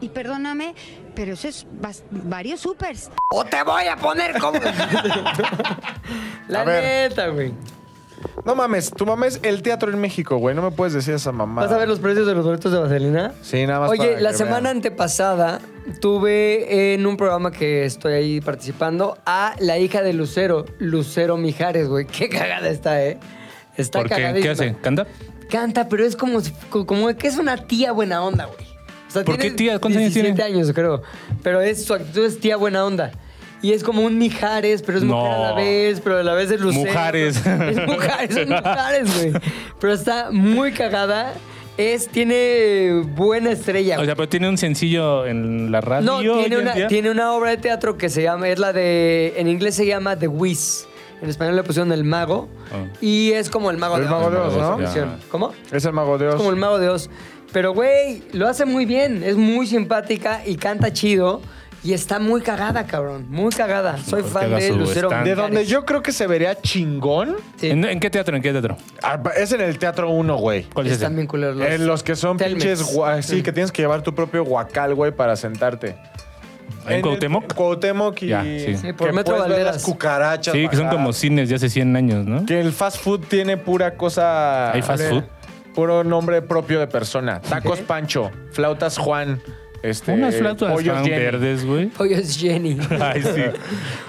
Y perdóname, pero eso es bas- varios supers. ¡O te voy a poner como! la A ver. neta, güey. No mames, tu mames el teatro en México, güey. No me puedes decir esa mamá. ¿Vas a ver los precios de los boletos de Vaselina? Sí, nada más para Oye, la que semana vean. antepasada tuve en un programa que estoy ahí participando a la hija de Lucero, Lucero Mijares, güey. Qué cagada está, ¿eh? Está ¿Por qué? ¿Qué cagadísima. hace? ¿Canta? Canta, pero es como, si- co- como que es una tía buena onda, güey. O sea, ¿Por qué tía? ¿Cuántos años tiene? 17 años, creo. Pero es, su actitud es tía buena onda. Y es como un Mijares, pero es No. mujer a la vez, pero a la vez es Lucero. Mujares. Es Mujares, es Mujares, güey. Pero está muy cagada. Es, tiene buena estrella. O sea, pero tiene un sencillo en la radio. No, hoy tiene en una, día. tiene una obra de teatro que se llama, es la de, en inglés se llama The Wiz. En español le pusieron El Mago. Ah. Y es como El Mago El de Mago de Oz, ¿no? la versión. Ya. ¿Cómo? Es el mago de Es Oz. como el mago de Oz. Pero, güey, lo hace muy bien. Es muy simpática y canta chido. Y está muy cagada, cabrón. Muy cagada. Soy Mejor que fan haga de su Lucero stand. De Mijares. donde yo creo que se vería chingón Sí, ¿En, en qué teatro? ¿En qué teatro? ah, es en el Teatro 1, güey. ¿Cuál es ese? están bien culeros los... En los que son Telmex. pinches. gua- Sí, que tienes que llevar tu propio guacal, güey, para sentarte. ¿En el- Cuauhtémoc? Cuauhtémoc y... Ya, sí. Sí, por que Metro puedes ver Valderas. las cucarachas. Sí, que son bajar. como cines de hace 100 años, ¿no? Que el fast food tiene pura cosa... ¿Hay fast food? Puro nombre propio de persona. Tacos Pancho, flautas Juan, este... Unas flautas pollos tan Jenny. verdes, güey. Pollos Jenny. Eh, Ay, sí.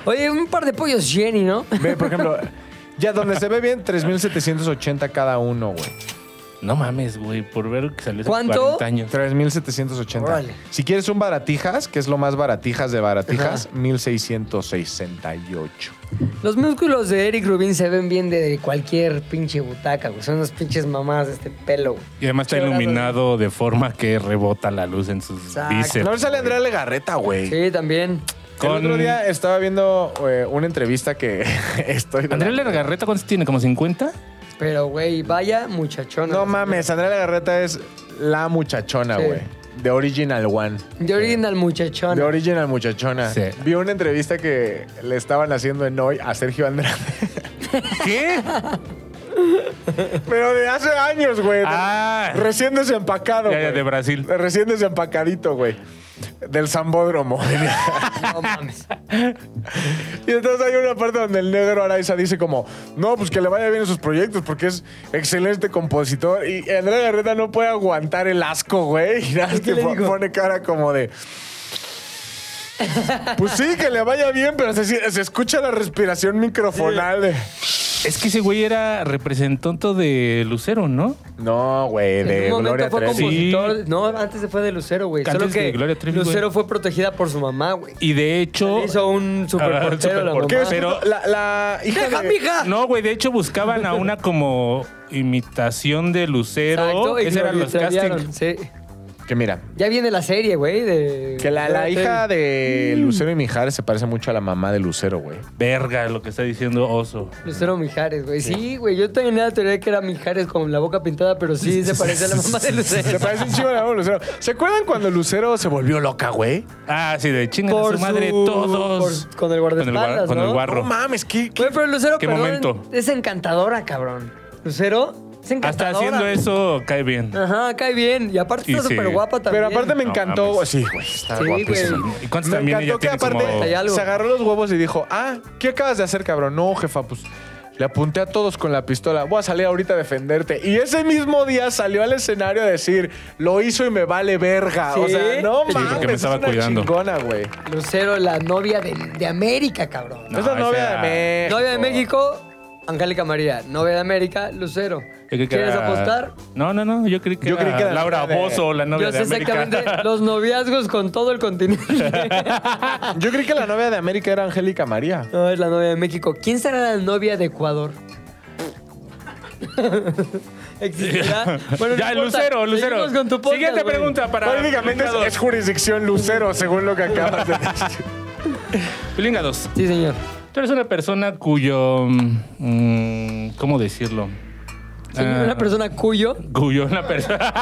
Oye, un par de pollos Jenny, ¿no? Ve, por ejemplo, ya donde se ve bien, 3.780 cada uno, güey. No mames, güey, por ver que salió hace ¿Cuánto? 40 años. 3.780. Órale. Si quieres un baratijas, que es lo más baratijas de baratijas, 1.668. Los músculos de Eric Rubin se ven bien de cualquier pinche butaca, güey. Son unas pinches mamás de este pelo, güey. Y además está Qué iluminado de forma que rebota la luz en sus Exacto. bíceps. No sale Andrea Legarreta, güey. Sí, también. El otro Con- día estaba viendo eh, una entrevista que estoy... Andrea Legarreta, ¿cuántos tiene? ¿Como 50? Pero, güey, vaya muchachona. No mames, Andrea Legarreta es la muchachona, Sí. güey. De Original One. De original muchachona. De Original Muchachona. Sí. Vi una entrevista que le estaban haciendo en hoy a Sergio Andrade. ¿Qué? Pero de hace años, güey. Ah. Recién desempacado. Ya, ya, güey. de Brasil. Recién desempacadito, güey. Del Zambódromo. No mames. y entonces hay una parte donde el negro Araiza dice como, no, pues que le vaya bien en sus proyectos porque es excelente compositor. Y Andrea Garreta no puede aguantar el asco, güey. Y nada, más qué que le po- dijo? pone cara como de... Pues sí, que le vaya bien, pero se, se escucha la respiración microfonal. de- Es que ese güey era representante de Lucero, ¿no? No, güey, de en un Gloria momento fue Trevi. Sí. compositor. No, antes se fue de Lucero, güey. Antes Solo de que Gloria Trevi, güey. Lucero fue protegida por su mamá, güey. Y de Le hecho... Hizo un superportero Ah, la mamá. superportero. ¿Qué es? Pero- la, la hija ¡Deja, de- mija! No, güey, de hecho buscaban a una como imitación de Lucero. Exacto, y Ese eran los glorificaron, castings. Sí. Que mira, Ya viene la serie, güey, de... Que la, la hija Mm. de Lucero y Mijares se parece mucho a la mamá de Lucero, güey. Verga lo que está diciendo Oso. Lucero Mijares, güey. Sí, güey. Yo tenía la teoría de que era Mijares con la boca pintada, pero sí se parece a la mamá de Se Lucero. parece un chivo a la mamá de Lucero. ¿Se acuerdan cuando Lucero se volvió loca, güey? Ah, sí, de chinga Por su madre su- todos. por- con el Con el, guardaespaldas, guar- con el ¿no? guarro. No mames, ¿qué? qué- Güey, pero Lucero, ¿Qué perdón, momento? es encantadora, cabrón. Lucero es Hasta encantadora. haciendo güey. eso cae bien. Ah, Ajá, cae bien. Y aparte Y está sí. súper guapa también. Pero aparte me No encantó. mames. sí, güey, está Sí, guapísima. güey. ¿Y cuántos también ella tiene como...? Hay algo. se agarró los huevos y dijo, ah, ¿qué acabas de hacer, cabrón? No, jefa, pues le apunté a todos con la pistola. Voy a salir ahorita a defenderte. Y ese mismo día salió al escenario a decir, lo hizo y me vale verga. O ¿Sí? sea, no Sí, porque me mames, estaba es una cuidando. chingona, güey. Lucero, la novia de, de América, cabrón. No, es la esa novia era- de México. Novia de México, Angélica María. Novia de América, Lucero. Yo creí que ¿Quieres era- apostar? No, no, no. Yo creí que, Yo era creí que era Laura la de- Bozo, la novia Yo sé de América. exactamente los noviazgos con todo el continente. Yo creí que la novia de América era Angélica María. No, es la novia de México. ¿Quién será la novia de Ecuador? ¿Existirá? no importa. ya, Lucero, Lucero. Seguimos con tu podcast, Siguiente güey. pregunta para... Prácticamente es, Pilinga es dos. jurisdicción lucero, según lo que acabas de decir. Pilinga dos. Sí, señor. Tú eres una persona cuyo... mm, ¿Cómo decirlo? Soy Ah. una persona cuyo... Cuyo una persona.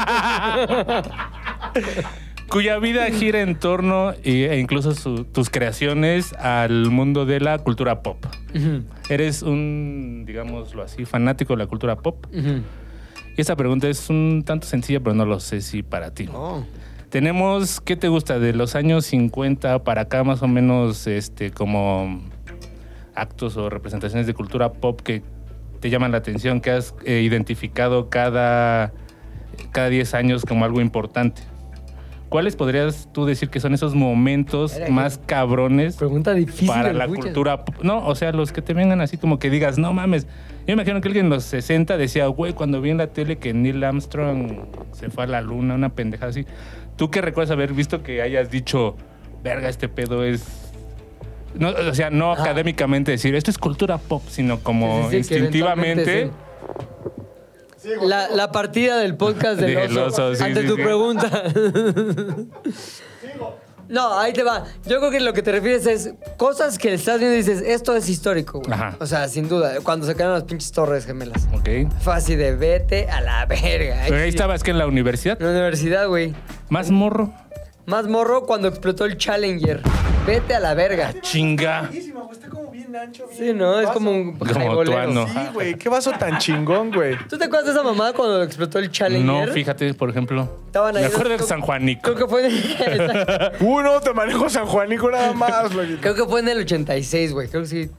cuya vida gira en torno y- e incluso su- tus creaciones al mundo de la cultura pop. Ujú, Eres un, digámoslo así, fanático de la cultura pop. ujú. Y esta pregunta es un tanto sencilla, pero no lo sé si para ti. Tenemos, ¿qué te gusta? De los años 50 para acá, más o menos, este, como actos o representaciones de cultura pop que te llaman la atención, que has eh, identificado cada, cada 10 años como algo importante. ¿Cuáles podrías tú decir que son esos momentos Era que- más cabrones Pregunta difícil. para la escucha. cultura pop? No, o sea, los que te vengan así como que digas, no mames. Yo imagino que alguien en los 60 decía, güey, cuando vi en la tele que Neil Armstrong se fue a la luna, una pendejada así. ¿Tú qué recuerdas haber visto que hayas dicho, verga, este pedo es... No, o sea, no Ah. académicamente decir, esto es cultura pop, sino como Sí, sí, sí, que instintivamente... eventualmente sí. La, la partida del podcast del Del oso. oso, sí, ante sí, tu sí. pregunta. No, ahí te va. Yo creo que lo que te refieres es cosas que estás viendo y dices, esto es histórico, güey. Ajá. O sea, sin duda. Cuando se quedaron las pinches torres gemelas. Ok. Fue así de vete a la verga. Pero ahí sí. estabas que en la universidad, En la universidad, güey. más morro. Más morro cuando explotó el Challenger. Vete a la verga. Chinga. Buenísima, güey. Está como bien bien ancho. bien Sí, ¿no? Es vaso. como un Como jaibolero. tuano. Sí, güey, qué vaso tan chingón, güey. ¿Tú te acuerdas de esa mamada cuando explotó el Challenger? No, fíjate, por ejemplo. Estaban ahí me acuerdo los- de San Juanico. Creo que fue en, Uno, te manejo San Juanico nada más, güey. creo que fue en el 86, güey. Creo que sí.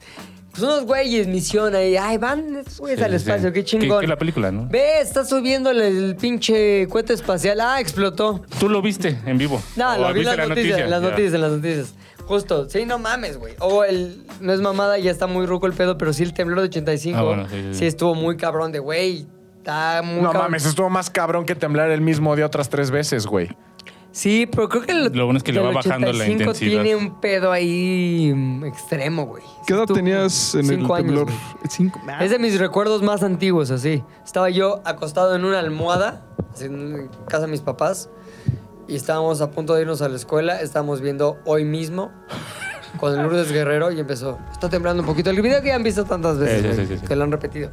Pues unos güeyes, misión ahí. Ay, van estos güeyes Sí, al sí, espacio, sí. qué chingón. Que- que la película, ¿no? Ve, está subiendo el, el pinche cohete espacial. Ah, explotó. Tú lo viste en vivo. No, ¿O lo vi en Oh, viste las noticias, en las Ya. noticias, en las noticias. Justo, sí, no mames, güey. O el, no es mamada, ya está muy ruco el pedo, pero sí el temblor de 85. Ah, bueno, sí, sí, sí. estuvo muy cabrón de, güey, está muy No cabrón. mames, estuvo más cabrón que temblar el mismo día otras tres veces, güey. Sí, pero creo que el, Lo bueno es que le del va bajando la 85 intensidad. tiene un pedo ahí mm, extremo, güey. ¿Qué edad Tú- tenías en cinco el años, temblor? güey. Cinco. Es de mis recuerdos más antiguos, así. Estaba yo acostado en una almohada, así, en casa de mis papás, y estábamos a punto de irnos a la escuela. Estábamos viendo hoy mismo con Lourdes Guerrero y empezó. Está temblando un poquito. El video que ya han visto tantas veces, Sí, sí, güey, sí, sí, sí. que lo han repetido.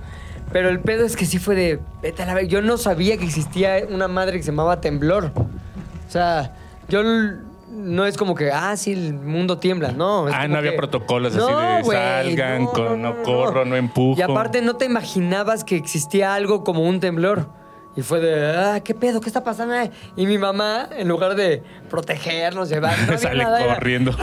Pero el pedo es que sí fue de. Vete a la ver-". Yo no sabía que existía una madre que se llamaba temblor. O sea, yo. l- No es como que, ah, sí, el mundo tiembla. No. es Ah, Pues, como no había que- protocolos así de güey, salgan, con- no corro, no empujo. Y aparte no te imaginabas que existía algo como un temblor. Y fue de, ah, ¿qué pedo? ¿Qué está pasando? eh?". Y mi mamá, en lugar de protegernos, llevar, no había Sale nada, era- corriendo.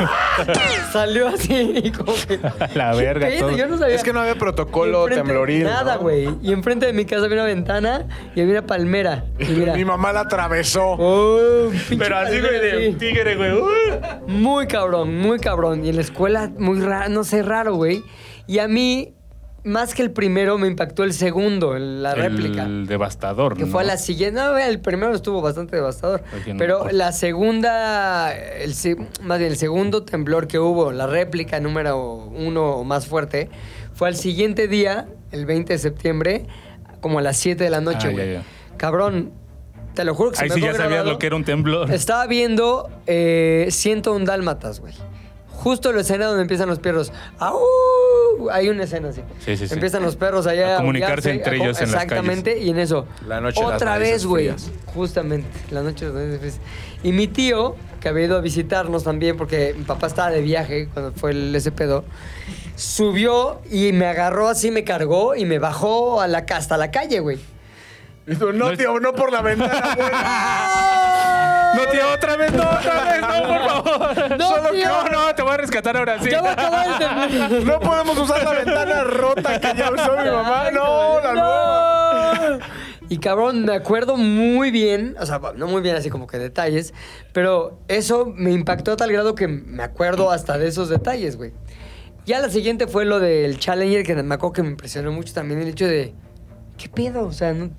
Salió así, y como que... la ¿Qué verga, pedo? todo. Yo no sabía. Es que no había protocolo Enfrente- tembloril. Nada, ¿no? güey. Y enfrente de mi casa había una ventana y había una palmera. Y mira, Mi mamá la atravesó. ¡oh! pinche Pero así, güey, palmera, de así. tigre, güey. ¡uh! Muy cabrón, muy cabrón. Y en la escuela, muy raro, no sé, raro, güey. Y a mí, más que el primero, me impactó el segundo, el- la réplica. El devastador, Que ¿no? fue a la siguiente. No, el primero estuvo bastante devastador. Oye, no, pero por- la segunda, el, se- más bien el segundo temblor que hubo, la réplica número uno o más fuerte, fue al siguiente día, el 20 de septiembre, como a las 7 de la noche, Ah, ya, güey. ya. Cabrón, te lo juro que se Ahí me sí quedó ya sabías grabado. lo que era un temblor. Estaba viendo eh, 101 Dálmatas, güey. Justo la escena donde empiezan los perros. ¡Au! Hay una escena así. Sí, sí, sí. Empiezan los perros allá A a aullarse, comunicarse entre a co- ellos en las Exactamente, y en eso. La noche de las Otra narices vez, güey. frías. Justamente, la noche de las narices frías. Y mi tío, que había ido a visitarnos también, porque mi papá estaba de viaje cuando fue el, ese pedo, subió y me agarró así, me cargó y me bajó a la, ca- hasta la calle, güey. Dijo, No, tío, no por la ventana, güey. No, tío, otra vez, no, otra vez, no, por favor. No, Solo tío. "Oh, no, no, te voy a rescatar ahora sí. Ya va a acabar el temblor. No podemos usar la ventana rota que ya usó mi mamá. No, la nueva. nueva. Y cabrón, me acuerdo muy bien, o sea, no muy bien así como que detalles, pero eso me impactó a tal grado que me acuerdo hasta de esos detalles, güey. Ya la siguiente fue lo del Challenger, que me acuerdo que me impresionó mucho también el hecho de, ¿qué pedo? O sea, no-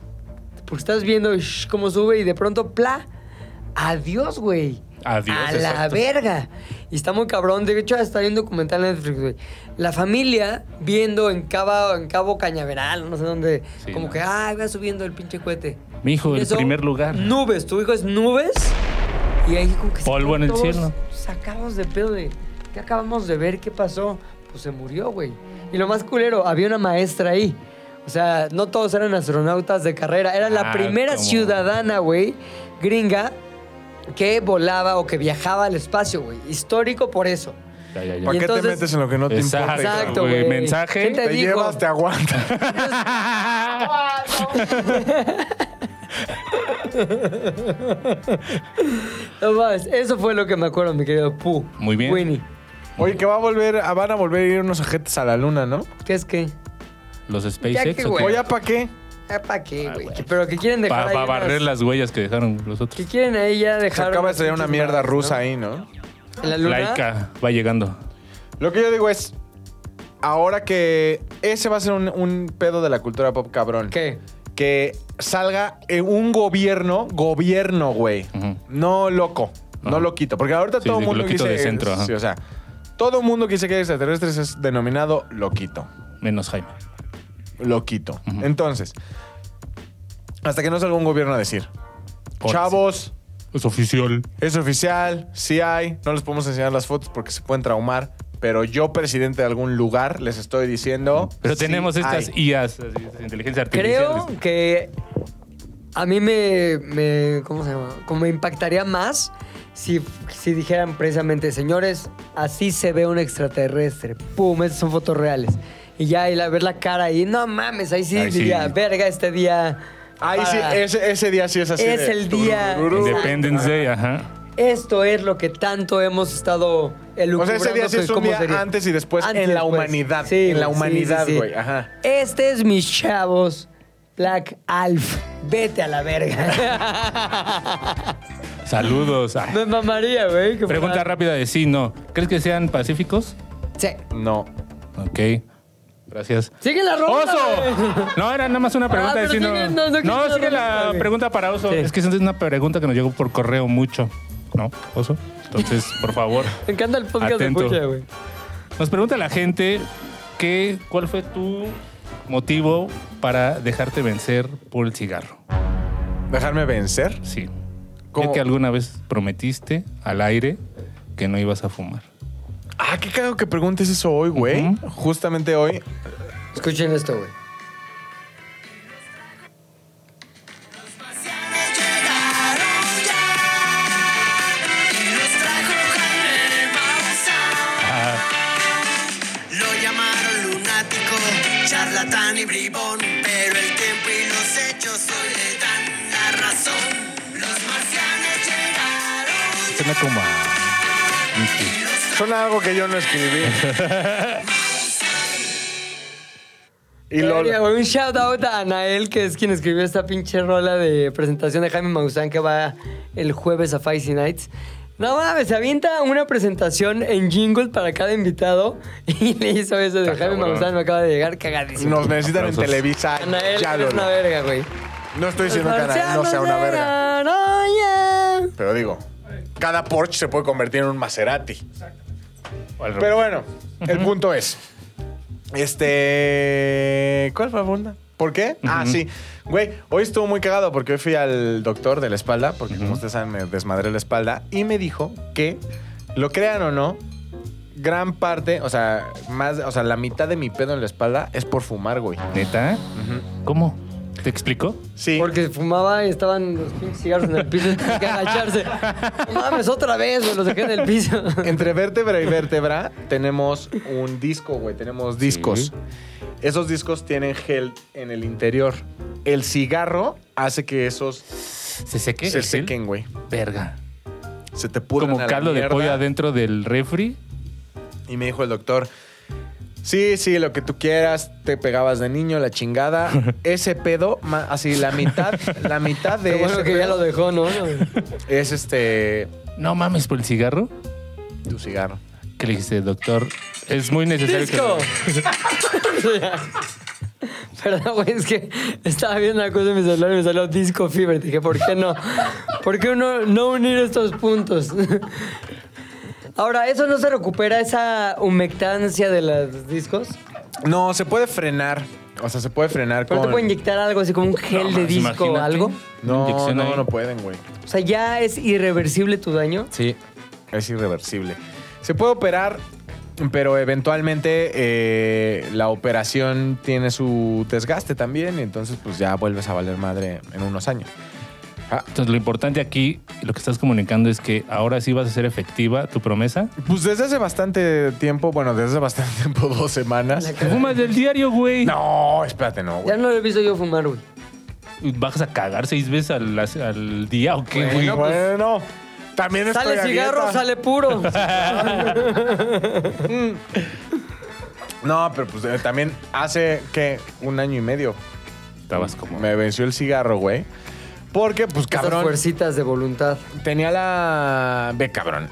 porque estás viendo shh, cómo sube y de pronto, pla, adiós, güey. Adiós, A la exacto. verga. Y está muy cabrón. De hecho, está viendo un documental en Netflix, güey. La familia viendo en Cabo, en Cabo Cañaveral, no sé dónde. Sí, como no. que, ay, va subiendo el pinche cohete. Mi hijo, Y el eso, primer lugar. Nubes, tu hijo es nubes. Y ahí como que se Polvo quedan en el todos cielo. Sacados de pedo de, ¿qué acabamos de ver? ¿Qué pasó? Pues se murió, güey. Y lo más culero, había una maestra ahí. O sea, no todos eran astronautas de carrera. Era la Ah, primera como- ciudadana, güey, gringa, que volaba o que viajaba al espacio, güey. Histórico por eso. Ya, ya, ya. ¿Para Y qué te entonces- metes en lo que no te Exacto. importa? hija? Exacto, güey. güey. Mensaje. ¿Quién Te, te dijo? llevas, te aguanta. No mames, Eso fue lo que me acuerdo, mi querido Pu. Muy bien. Winnie, Oye, que va a volver, ah, van a volver a ir unos ajetes a la luna, ¿no? ¿qué es qué? Los Ya SpaceX. que, ¿o qué? güey. Oye, ¿para Eh, qué? Ah, ¿Para qué, güey? Pero que quieren dejar Para ahí unas- barrer las huellas que dejaron los Que otros. quieren ahí ya Se dejar. acaba de salir unas una mierda pinches rusa barras, ahí, ¿no? ¿no? En la luna. Laika va llegando. Lo que yo digo es, ahora que ese va a ser un, un pedo de la cultura pop cabrón. ¿Qué? Que salga eh, un gobierno, gobierno, güey. Ujú. No loco, no Ajá. loquito. Porque ahorita Sí, todo sí, el mundo que loquito dice- de centro, ajá. sí, o sea, todo el mundo que dice que hay extraterrestres es denominado loquito. Menos Jaime. Loquito. Ujú. Entonces, hasta que no salga un gobierno a decir, Ahora chavos, Es oficial. es oficial, sí hay, no les podemos enseñar las fotos porque se pueden traumar, pero yo, presidente de algún lugar, les estoy diciendo. Pero sí tenemos estas hay". IAs, así, estas inteligencias artificiales. Creo que a mí me, me- ¿Cómo se llama? Como me impactaría más si, si dijeran precisamente, señores, así se ve un extraterrestre. Pum, esas son fotos reales. Y ya, y la, ver la cara ahí, no mames, ahí sí Ahí sí. diría, verga, este día. Ahí sí, para- ese, ese día sí es así. Ah. Es de- el día. Independence Day, ajá. Esto es lo que tanto hemos estado O sea, ese día sí que es un cómo día sería. antes y después Antes, en la pues. humanidad. Sí, en la güey, sí, humanidad, sí, sí. güey. Ajá. Este es mis chavos, Black Alf. Vete a la verga. Saludos. Ay. Me mamaría, güey. que Pregunta fuera- rápida de sí, no. ¿Crees que sean pacíficos? Sí. No. Ok. Gracias. Sigue la ronda. güey. ¡Oso! No, era nada más una pregunta Ah, de pero sí, no. sigue- no, no, que No, no, sigue no, la güey. pregunta para Oso. Sí. Es que esa es una pregunta que nos llegó por correo mucho. ¿No, Oso? Entonces, por favor. Me encanta el podcast Atento. de Pucha, güey. Nos pregunta la gente que, cuál fue tu motivo para dejarte vencer por el cigarro. ¿Dejarme vencer? Sí. ¿Cómo? Ya que alguna vez prometiste al aire que no ibas a fumar. Ah, qué cago que preguntes eso hoy, güey. Ujú. Justamente hoy. Escuchen esto, güey. Lo llamaron lunático, charlatán y bribón, pero el tiempo y los hechos hoy le dan la razón. Los marcianos llegaron, Suena como a- Suena algo que yo no escribí. y lo. Debería, güey, Un shout out a Anael, que es quien escribió esta pinche rola de presentación de Jaime Maussan que va el jueves a Feisty Nights. No mames, se avienta una presentación en jingle para cada invitado y le hizo eso de Está Jaime cabrón. Maussan, me acaba de llegar cagadísimo. Nos necesitan en Aplausos. Televisa. Anael ya lo. es una verga, güey. No estoy diciendo que Anael no sea una verga. verga. Pero digo, cada Porsche se puede convertir en un Maserati. o al revés. Pero bueno, el punto es. Este. ¿Cuál fue la pregunta? ¿Por qué? Ah, sí. Güey, hoy estuvo muy cagado porque hoy fui al doctor de la espalda, porque como ustedes saben, me desmadré la espalda, y me dijo que, lo crean o no, gran parte, o sea, más, o sea, la mitad de mi pedo en la espalda es por fumar, güey. ¿Neta? ¿eh? ¿Cómo? ¿Te explico? Sí. Porque fumaba y estaban los pinches cigarros en el piso y tenía que agacharse. No mames, otra vez, güey, los dejé en el piso. Entre vértebra y vértebra tenemos un disco, güey. Tenemos discos. Esos discos tienen gel en el interior. El cigarro hace que esos ¿Se seque? se el gel? sequen, güey. Verga. Se te pudren a Como la caldo de mierda. pollo adentro del refri. Y me dijo el doctor, sí, sí, lo que tú quieras, te pegabas de niño, la chingada. Ese pedo, ma- así, la mitad, la mitad de Qué bueno ese que ya lo pedo dejó, ¿no? es este, No mames por el cigarro. tu cigarro. ¿Qué le dijiste, doctor? Es muy necesario ¡Disco! que. Perdón, güey, es que estaba viendo una cosa en mi celular y me salió disco fever. Dije, ¿por qué no? ¿Por qué no, no unir estos puntos? Ahora, ¿eso no se recupera esa humectancia de los discos? No, se puede frenar. O sea, se puede frenar ¿Pero te con... puede inyectar algo así como un gel de mames, disco o imagínate. algo? Una no, inyección no, ahí. no pueden, güey. O sea, ¿ya es irreversible tu daño? Sí, es irreversible. Se puede operar, pero eventualmente eh, la operación tiene su desgaste también, y entonces pues ya vuelves a valer madre en unos años. Entonces, lo importante aquí, lo que estás comunicando es que ahora sí vas a ser efectiva tu promesa. Pues desde hace bastante tiempo, bueno, desde hace bastante tiempo, dos semanas. Fumas del diario, güey. No, espérate, no, Ya güey. no lo he visto yo fumar, güey. ¿Vas a cagar seis veces al, al día o qué, güey? Bueno, bueno, también estoy pues, Sale a cigarro, dieta. sale puro. No, pero pues eh, también hace, ¿qué? Un año y medio Estabas como. me venció el cigarro, güey. Porque, pues, Esas cabrón, fuercitas de voluntad. tenía la... Ve, cabrón.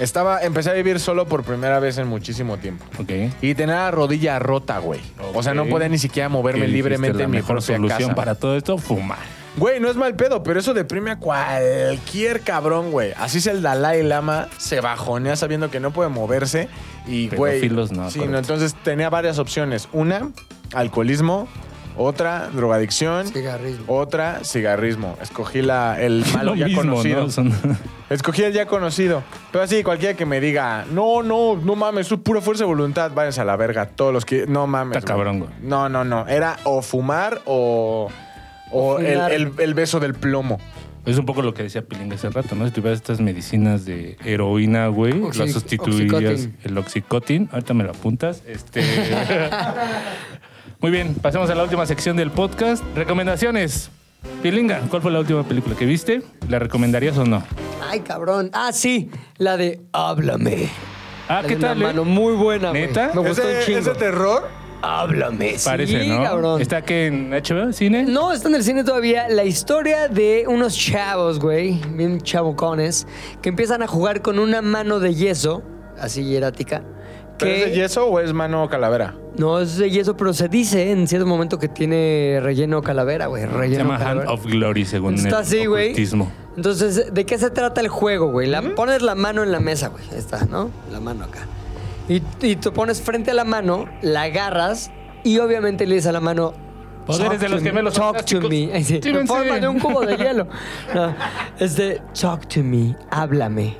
Estaba, empecé a vivir solo por primera vez en muchísimo tiempo. Ok. Y tenía la rodilla rota, güey. O sea, no Ok. podía ni siquiera moverme Que dijiste, libremente la en mi mejor propia solución casa. para todo esto, fumar. Güey, no es mal pedo, pero eso deprime a cualquier cabrón, güey. Así es el Dalai Lama, se bajonea sabiendo que no puede moverse y, güey. Pedófilos no, Sí, correcto. no, entonces tenía varias opciones. Una, alcoholismo. Otra, drogadicción. Cigarrismo. Otra, cigarrismo. Escogí la, el malo Lo ya mismo, conocido. ¿no? Son- Escogí el ya conocido. Pero así, cualquiera que me diga, no, no, no mames, eso es pura fuerza de voluntad, váyanse a la verga. Todos los que. No mames. Está cabrón, güey. No, no, no. Era o fumar o. O el, Fumar. el- el beso del plomo. Es un poco lo que decía Pilinga hace rato, ¿no? Si tuvieras estas medicinas de heroína, güey, Oxi- las sustituirías. oxicotin. El oxicotin. Ahorita me lo apuntas. Este. Muy bien, pasemos a la última sección del podcast. Recomendaciones. Pilinga, ¿cuál fue la última película que viste? ¿La recomendarías o no? Ay, cabrón. Ah, sí, la de Háblame. Ah, La de ¿qué una tal? eh? Mano muy buena, güey. ¿Neta? Me gustó un ¿Es de, chingo. es de terror? Háblame. Parece, sí, ¿no? cabrón. ¿Está que en HBO, cine? No, está en el cine todavía la historia de unos chavos, güey, bien chabocones, que empiezan a jugar con una mano de yeso, así hierática. ¿Pero que- ¿Es de yeso o es mano calavera? No, es de yeso, pero se dice en cierto momento que tiene relleno calavera, güey. Se Relleno llama Hand calavera. of Glory, según Está el así, güey. ocultismo. Entonces, ¿de qué se trata el juego, güey? La, Pones la mano en la mesa, güey. Ahí Está, ¿no? La mano acá. Y, y te pones frente a la mano, la agarras y obviamente le dices a la mano... Poderes "Talk Pues de los to me, gemelos Talk to fantásticos. me. Ahí sí, en Tírense. forma de un cubo de hielo. No, este, talk to me, háblame.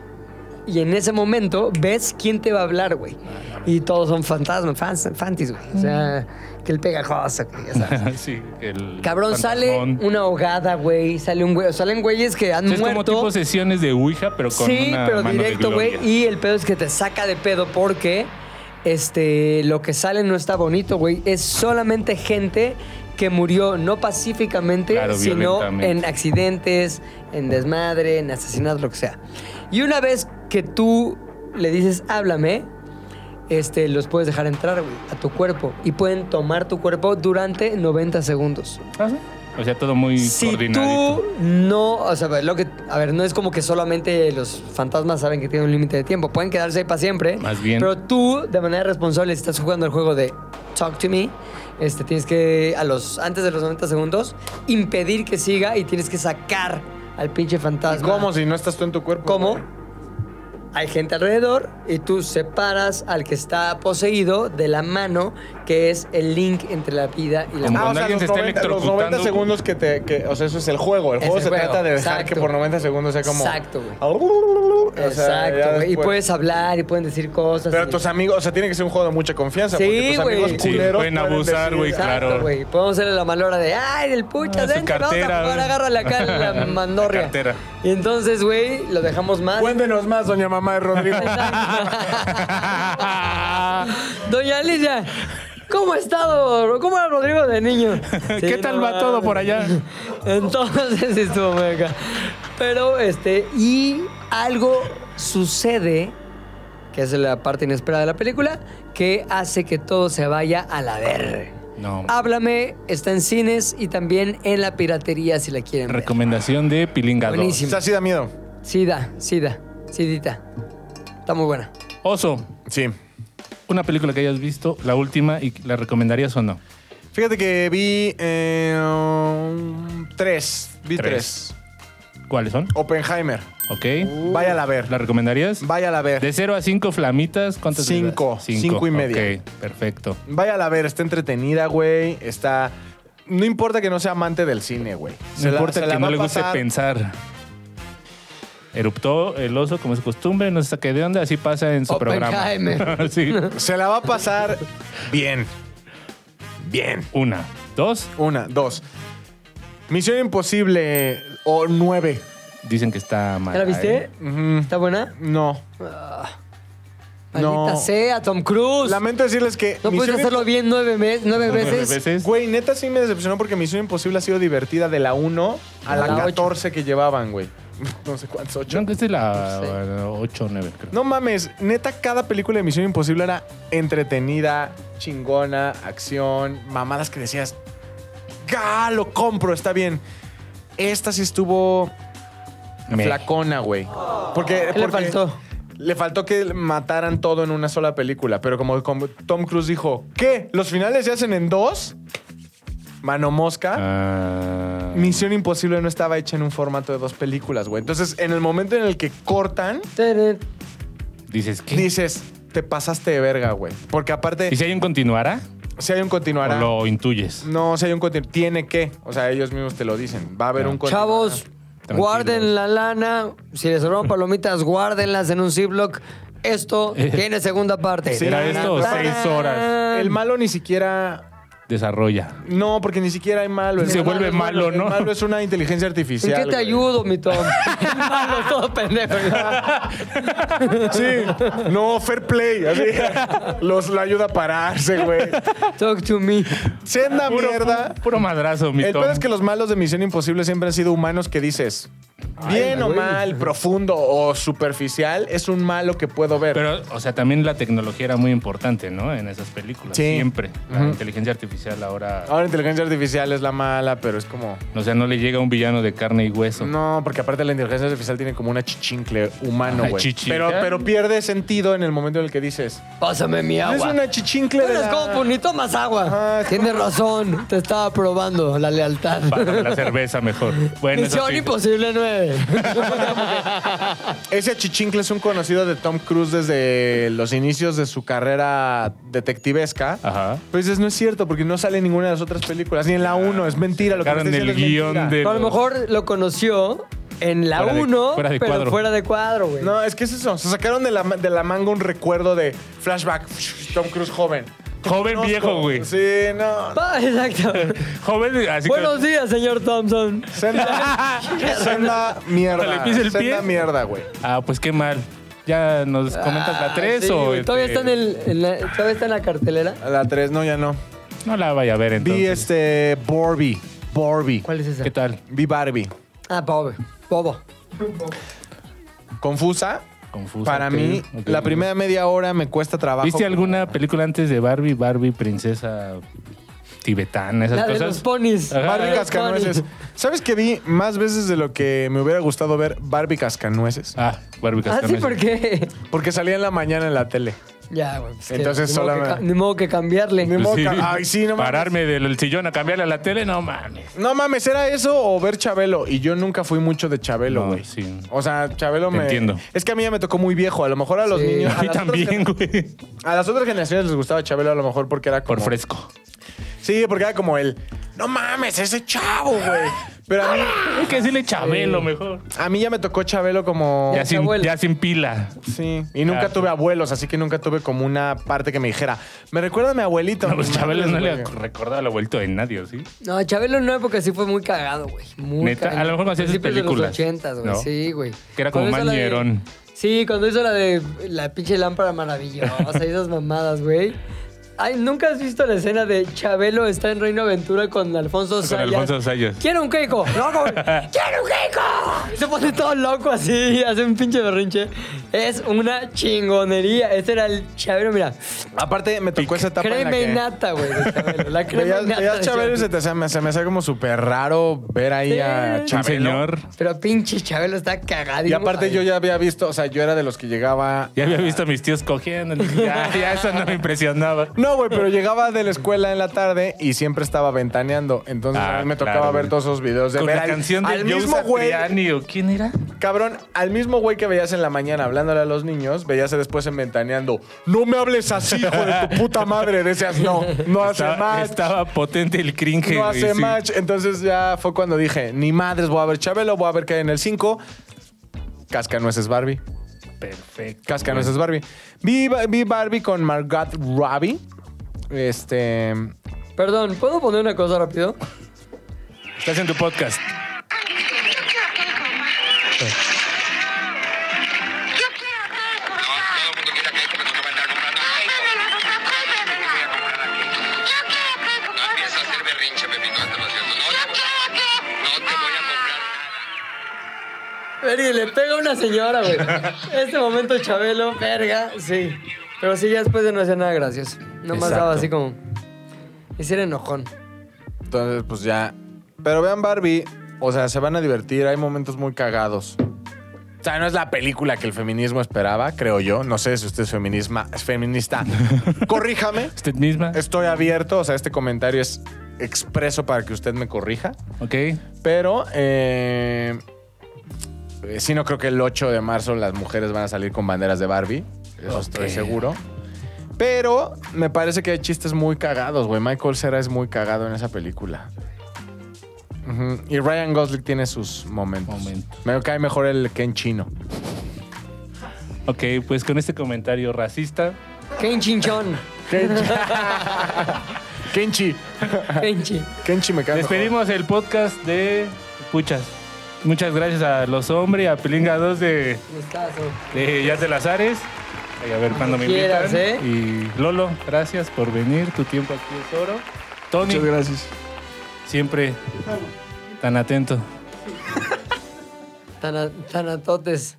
Y en ese momento ves quién te va a hablar, güey. Ah, Y todos son fantasmas, fans, fantis, güey. O sea, que el pegajoso, que ya sabes. sí, el Cabrón, sale fantasmón. una ahogada, güey. Sale un güey. Salen güeyes que han Sí, es como muerto. tipo sesiones de Ouija, pero con sí, una pero mano de directo, güey. gloria. Y el pedo es que te saca de pedo porque este, lo que sale no está bonito, güey. Es solamente gente que murió no pacíficamente, Claro, sino violentamente. en accidentes, en desmadre, en asesinatos, lo que sea. Y una vez que tú le dices, háblame, este, los puedes dejar entrar, güey, a tu cuerpo. Y pueden tomar tu cuerpo durante 90 segundos Ah, sí. O sea, todo muy si coordinadito. tú no, o sea, lo que, a ver, no es como que solamente los fantasmas saben que tienen un límite de tiempo, pueden quedarse ahí para siempre. Más bien. Pero tú, de manera responsable, si estás jugando el juego de Talk to Me, este, tienes que a los antes de los 90 segundos impedir que siga y tienes que sacar al pinche ¿Y fantasma. ¿Cómo si no estás tú en tu cuerpo? Ah, ¿Cómo? güey? Hay gente alrededor y tú separas al que está poseído de la mano, que es el link entre la vida y la Como Ah, o cuando sea, alguien los te está 90, los electrocutando. 90 segundos que te... que- o sea, eso es el juego. El Es juego el se juego, trata de dejar exacto. que por 90 segundos sea como... Exacto, güey. O sea, ya Exacto, güey. Y después- puedes hablar y pueden decir cosas. Pero y- tus amigos... O sea, tiene que ser un juego de mucha confianza. eh, Sí, porque tus güey. amigos Sí, culeros pueden abusar, güey, decir, Exacto, claro. güey. Podemos hacerle la malora de, ay, el pucha, Ah, su vente, vamos cartera, a jugar, güey. agárrale acá la mandorria. La cartera. Y entonces, güey, lo dejamos más. Cuéntenos más, doña mamá de Rodrigo. Doña Alicia, ¿cómo ha estado? ¿Cómo era Rodrigo de niño? ¿Qué Sí, tal no va todo mames. por allá? Entonces sí estuvo muy acá. Pero, este, y algo sucede, que es la parte inesperada de la película, que hace que todo se vaya a la verga. No. Ah, Háblame, está en cines y también en la piratería si la quieren ver. Recomendación de Pilinga 2. Buenísimo. O sea, sí da miedo. Sí da, sí da, sidita. Está muy buena. Oso, Sí. una película que hayas visto, la última, y la recomendarías o no. Fíjate que vi... eh, um, tres. Vi Tres. tres. ¿Cuáles son? Oppenheimer. Ok. Váyala a ver. ¿La recomendarías? Váyala a ver. De 0 a 5 flamitas, ¿cuántas le das? Cinco. Cinco y media. Ok, perfecto. Váyala a ver, está entretenida, güey. Está. No importa que no sea amante del cine, güey. No Se la- importa se la que va no a le guste pasar. pensar. Eruptó el oso como es costumbre, no se saque de onda, así pasa en su programa. Oppenheimer. sí. Se la va a pasar bien. Bien. Una, dos, Una, dos. Misión Imposible o nueve. dicen que está mal. ¿Ya la viste? Ujú. ¿Está buena? No. Ah, Maldita No. sea, Tom Cruise. Lamento decirles que. no puedes Misión hacerlo bien nueve, mes- nueve Nueve veces. veces. Güey, neta sí me decepcionó porque Misión Imposible ha sido divertida de la 1 a la, la ocho. 14 que llevaban, güey. No sé cuántos, Yo 8. creo que esta es Sí. la 8 o 9, creo. No mames, neta, cada película de Misión Imposible era entretenida, chingona, acción, mamadas que decías, ¡ga! Lo compro, está bien. Esta sí estuvo Me- flacona, güey. Porque, ¿Qué le porque faltó? Le faltó que mataran todo en una sola película, pero como, como Tom Cruise dijo, ¿qué? ¿Los finales se hacen en dos? Mano mosca. Ah. Misión Imposible no estaba hecha en un formato de dos películas, güey. Entonces, en el momento en el que cortan, Tere. Dices, ¿qué? dices, te pasaste de verga, güey. Porque aparte, ¿Y si hay un continuará? si hay un ¿O continuará. lo intuyes? No, si hay un continuará. Tiene que. O sea, ellos mismos te lo dicen. Va a haber Ya. un continuará. Chavos, guarden la lana. Si les sobraron palomitas, guárdenlas en un Ziploc. Esto tiene segunda parte. Eh. Sí, era Tarán, esto, tarán. seis horas. El malo ni siquiera desarrolla. No, porque ni siquiera hay malo. El Se malo vuelve es bueno, malo, ¿no? El malo es una inteligencia ¿En artificial. qué te güey. ayudo, mi Tom? Malo, todo pendejo. Sí. No, fair play. así. Los la ayuda a pararse, güey. Talk to me. Senda Puro, mierda. pu- puro madrazo, mi El Tom. peor es que los malos de Misión Imposible siempre han sido humanos que dices, bien o mal, profundo o superficial, es un malo que puedo ver. Pero, o sea, también la tecnología era muy importante, ¿no? En esas películas. Sí. Siempre. La inteligencia artificial ahora. Ahora inteligencia artificial es la mala, pero es como... O sea, no le llega un villano de carne y hueso. No, porque aparte la inteligencia artificial tiene como una chichincle humano, Ay, güey. chichi. Pero, pero pierde sentido en el momento en el que dices, Pásame mi es agua. una chichincle No de eres la- como pues, ni tomas Ajá, agua. es Tienes razón, te estaba probando la lealtad. Bájame la cerveza mejor. Bueno, eso Misión sí. imposible 9. Ese chichincle es un conocido de Tom Cruise desde los inicios de su carrera detectivesca. Ajá. Pues dices, no es cierto, porque no sale en ninguna de las otras películas, ni en la 1, es mentira. Lo que me Sacaron estás el diciendo es guión mentira. de. Pero a lo los- mejor lo conoció en la Fuera de- 1, fuera de pero cuadro. fuera de cuadro, güey. No, es que es eso. Se sacaron de la, ma- de la manga un recuerdo de flashback. Tom Cruise joven. Te Joven conozco. viejo, güey. Sí, no. Ah, exacto. Joven, así Buenos que. días, señor Thompson. Senda, senda mierda. Le pisa el senda pie. mierda, güey. Ah, pues qué mal. ¿Ya nos comentas la 3 Ah, sí, o.? güey, Todavía este, está en, el, en la, todavía está en la cartelera. A La 3, no, ya no. No la vaya a ver Vi entonces. este Barbie. Barbie. ¿Cuál es esa? ¿Qué tal? Vi Barbie. Ah, Bob. Bobo. Confusa. Confusa. Para ok, mí, ok. la primera media hora me cuesta trabajo. ¿Viste alguna película antes de Barbie? Barbie, princesa tibetana, esas La de cosas. los ponis. Ajá. Barbie Los Cascanueces. ponis. ¿Sabes que vi más veces de lo que me hubiera gustado ver Barbie Cascanueces? Ah, Barbie Ah, sí, Cascanueces. ¿por qué? Porque salía en la mañana en la tele. Ya, güey. pues que Entonces ni modo solo que me- ca- Ni modo que cambiarle. Ni modo Sí. ca- Ay, Pues sí, no mames. Pararme del sillón a cambiarle a la tele, no mames. No mames, ¿era eso o ver Chabelo? Y yo nunca fui mucho de Chabelo, No, güey. sí. O sea, Chabelo Te me. entiendo. Es que a mí ya me tocó muy viejo. A lo mejor a los Sí. niños. A mí las otras también, gener- güey. A las otras generaciones les gustaba Chabelo, a lo mejor porque era como. Por fresco. Sí, porque era como el. No mames, ese chavo, güey. Pero a mí, Hay que decirle Chabelo mejor. a mí ya me tocó Chabelo como. Ya sin, abuela. ya sin pila. Sí. Y nunca Claro. tuve abuelos, así que nunca tuve como una parte que me dijera, me recuerda a mi abuelito. No, pues Chabelo no le Güey. recordaba el abuelito de nadie, ¿sí? No, Chabelo en una época sí fue muy cagado, güey. Muy Neta, cagado. a lo mejor cuando hacía sus Principios películas, De los 80, güey. ¿no? Sí, güey. Que era como Cuando hizo la de- Mañerón. Sí, cuando hizo la de la pinche lámpara maravillosa y esas mamadas, güey. Ay, ¿nunca has visto la escena de Chabelo está en Reino Aventura con Alfonso Con Sayas? Alfonso Sayas. ¡Quiero un Keiko! ¡Loco! güey! ¡Quiero un Keiko! Y Se pone todo loco así, hace un pinche berrinche. Es una chingonería. Este era el Chabelo, mira. Aparte, me tocó esa etapa. en la Crema que... y nata, güey, de Chabelo. La crema Veías, y nata. veías de Chabelo y Chabelo. se, te hacía- me- se me hacía como súper raro ver ahí Sí. a Un Un Chabelo. señor. Pero pinche Chabelo está cagadísimo. Y aparte Ay, yo ya había visto, o sea, yo era de los que llegaba... Ya había visto a mis tíos cogiendo. Ya, ya eso no me impresionaba. No, güey, pero llegaba de la escuela en la tarde y siempre estaba ventaneando. Entonces Ah, a mí me tocaba claro, ver güey. todos esos videos de Con ver la al- canción de al Joe mismo güey, Satriani, ¿o ¿Quién era? cabrón, al mismo güey que veías en la mañana hablándole a los niños, veías después en ventaneando, no me hables así, hijo de tu puta madre, decías, no, no hace estaba, match, estaba potente el cringe. no güey, hace sí. match. Entonces ya fue cuando dije, ni madres, voy a ver Chabelo, voy a ver qué hay en el 5. Cascanueces Barbie. Perfecto. Cascanueces Barbie. Vi, vi Barbie con Margot Robbie. Este. Perdón, ¿puedo poner una cosa rápido? Estás en tu podcast. Verga, le pega a una señora, güey. Este momento, Chabelo, verga, sí. Pero sí, ya después de no hacer nada gracioso. Nomás Exacto. daba así como. Ese era enojón. Entonces, pues ya. Pero vean Barbie. O sea, se van a divertir. Hay momentos muy cagados. O sea, no es la película que el feminismo esperaba, creo yo. No sé si usted es, feminisma, es feminista. Corríjame. Usted misma. Estoy abierto. O sea, este comentario es expreso para que usted me corrija. Ok. Pero eh, eh, sí no creo que el 8 de marzo las mujeres van a salir con banderas de Barbie. Eso Ok. estoy seguro. Pero me parece que hay chistes muy cagados, güey. Michael Cera es muy cagado en esa película. Ujú. Y Ryan Gosling tiene sus momentos. Momentos. Me cae mejor el Ken chino. Ok, pues con este comentario racista. Ken Chinchón. Kenchi. Kenchi. Kenchi me cae. mejor. Despedimos el podcast de Puchas. Muchas gracias a los hombres, a Pilinga 2 de, Gustazo. de Jazz de Lazares. Ay, a ver cuándo me quieras, invitan. ¿eh? Y Lolo, gracias por venir. Tu tiempo aquí es oro. Tony, Muchas gracias. siempre tan atento. Tana- Tanatotes.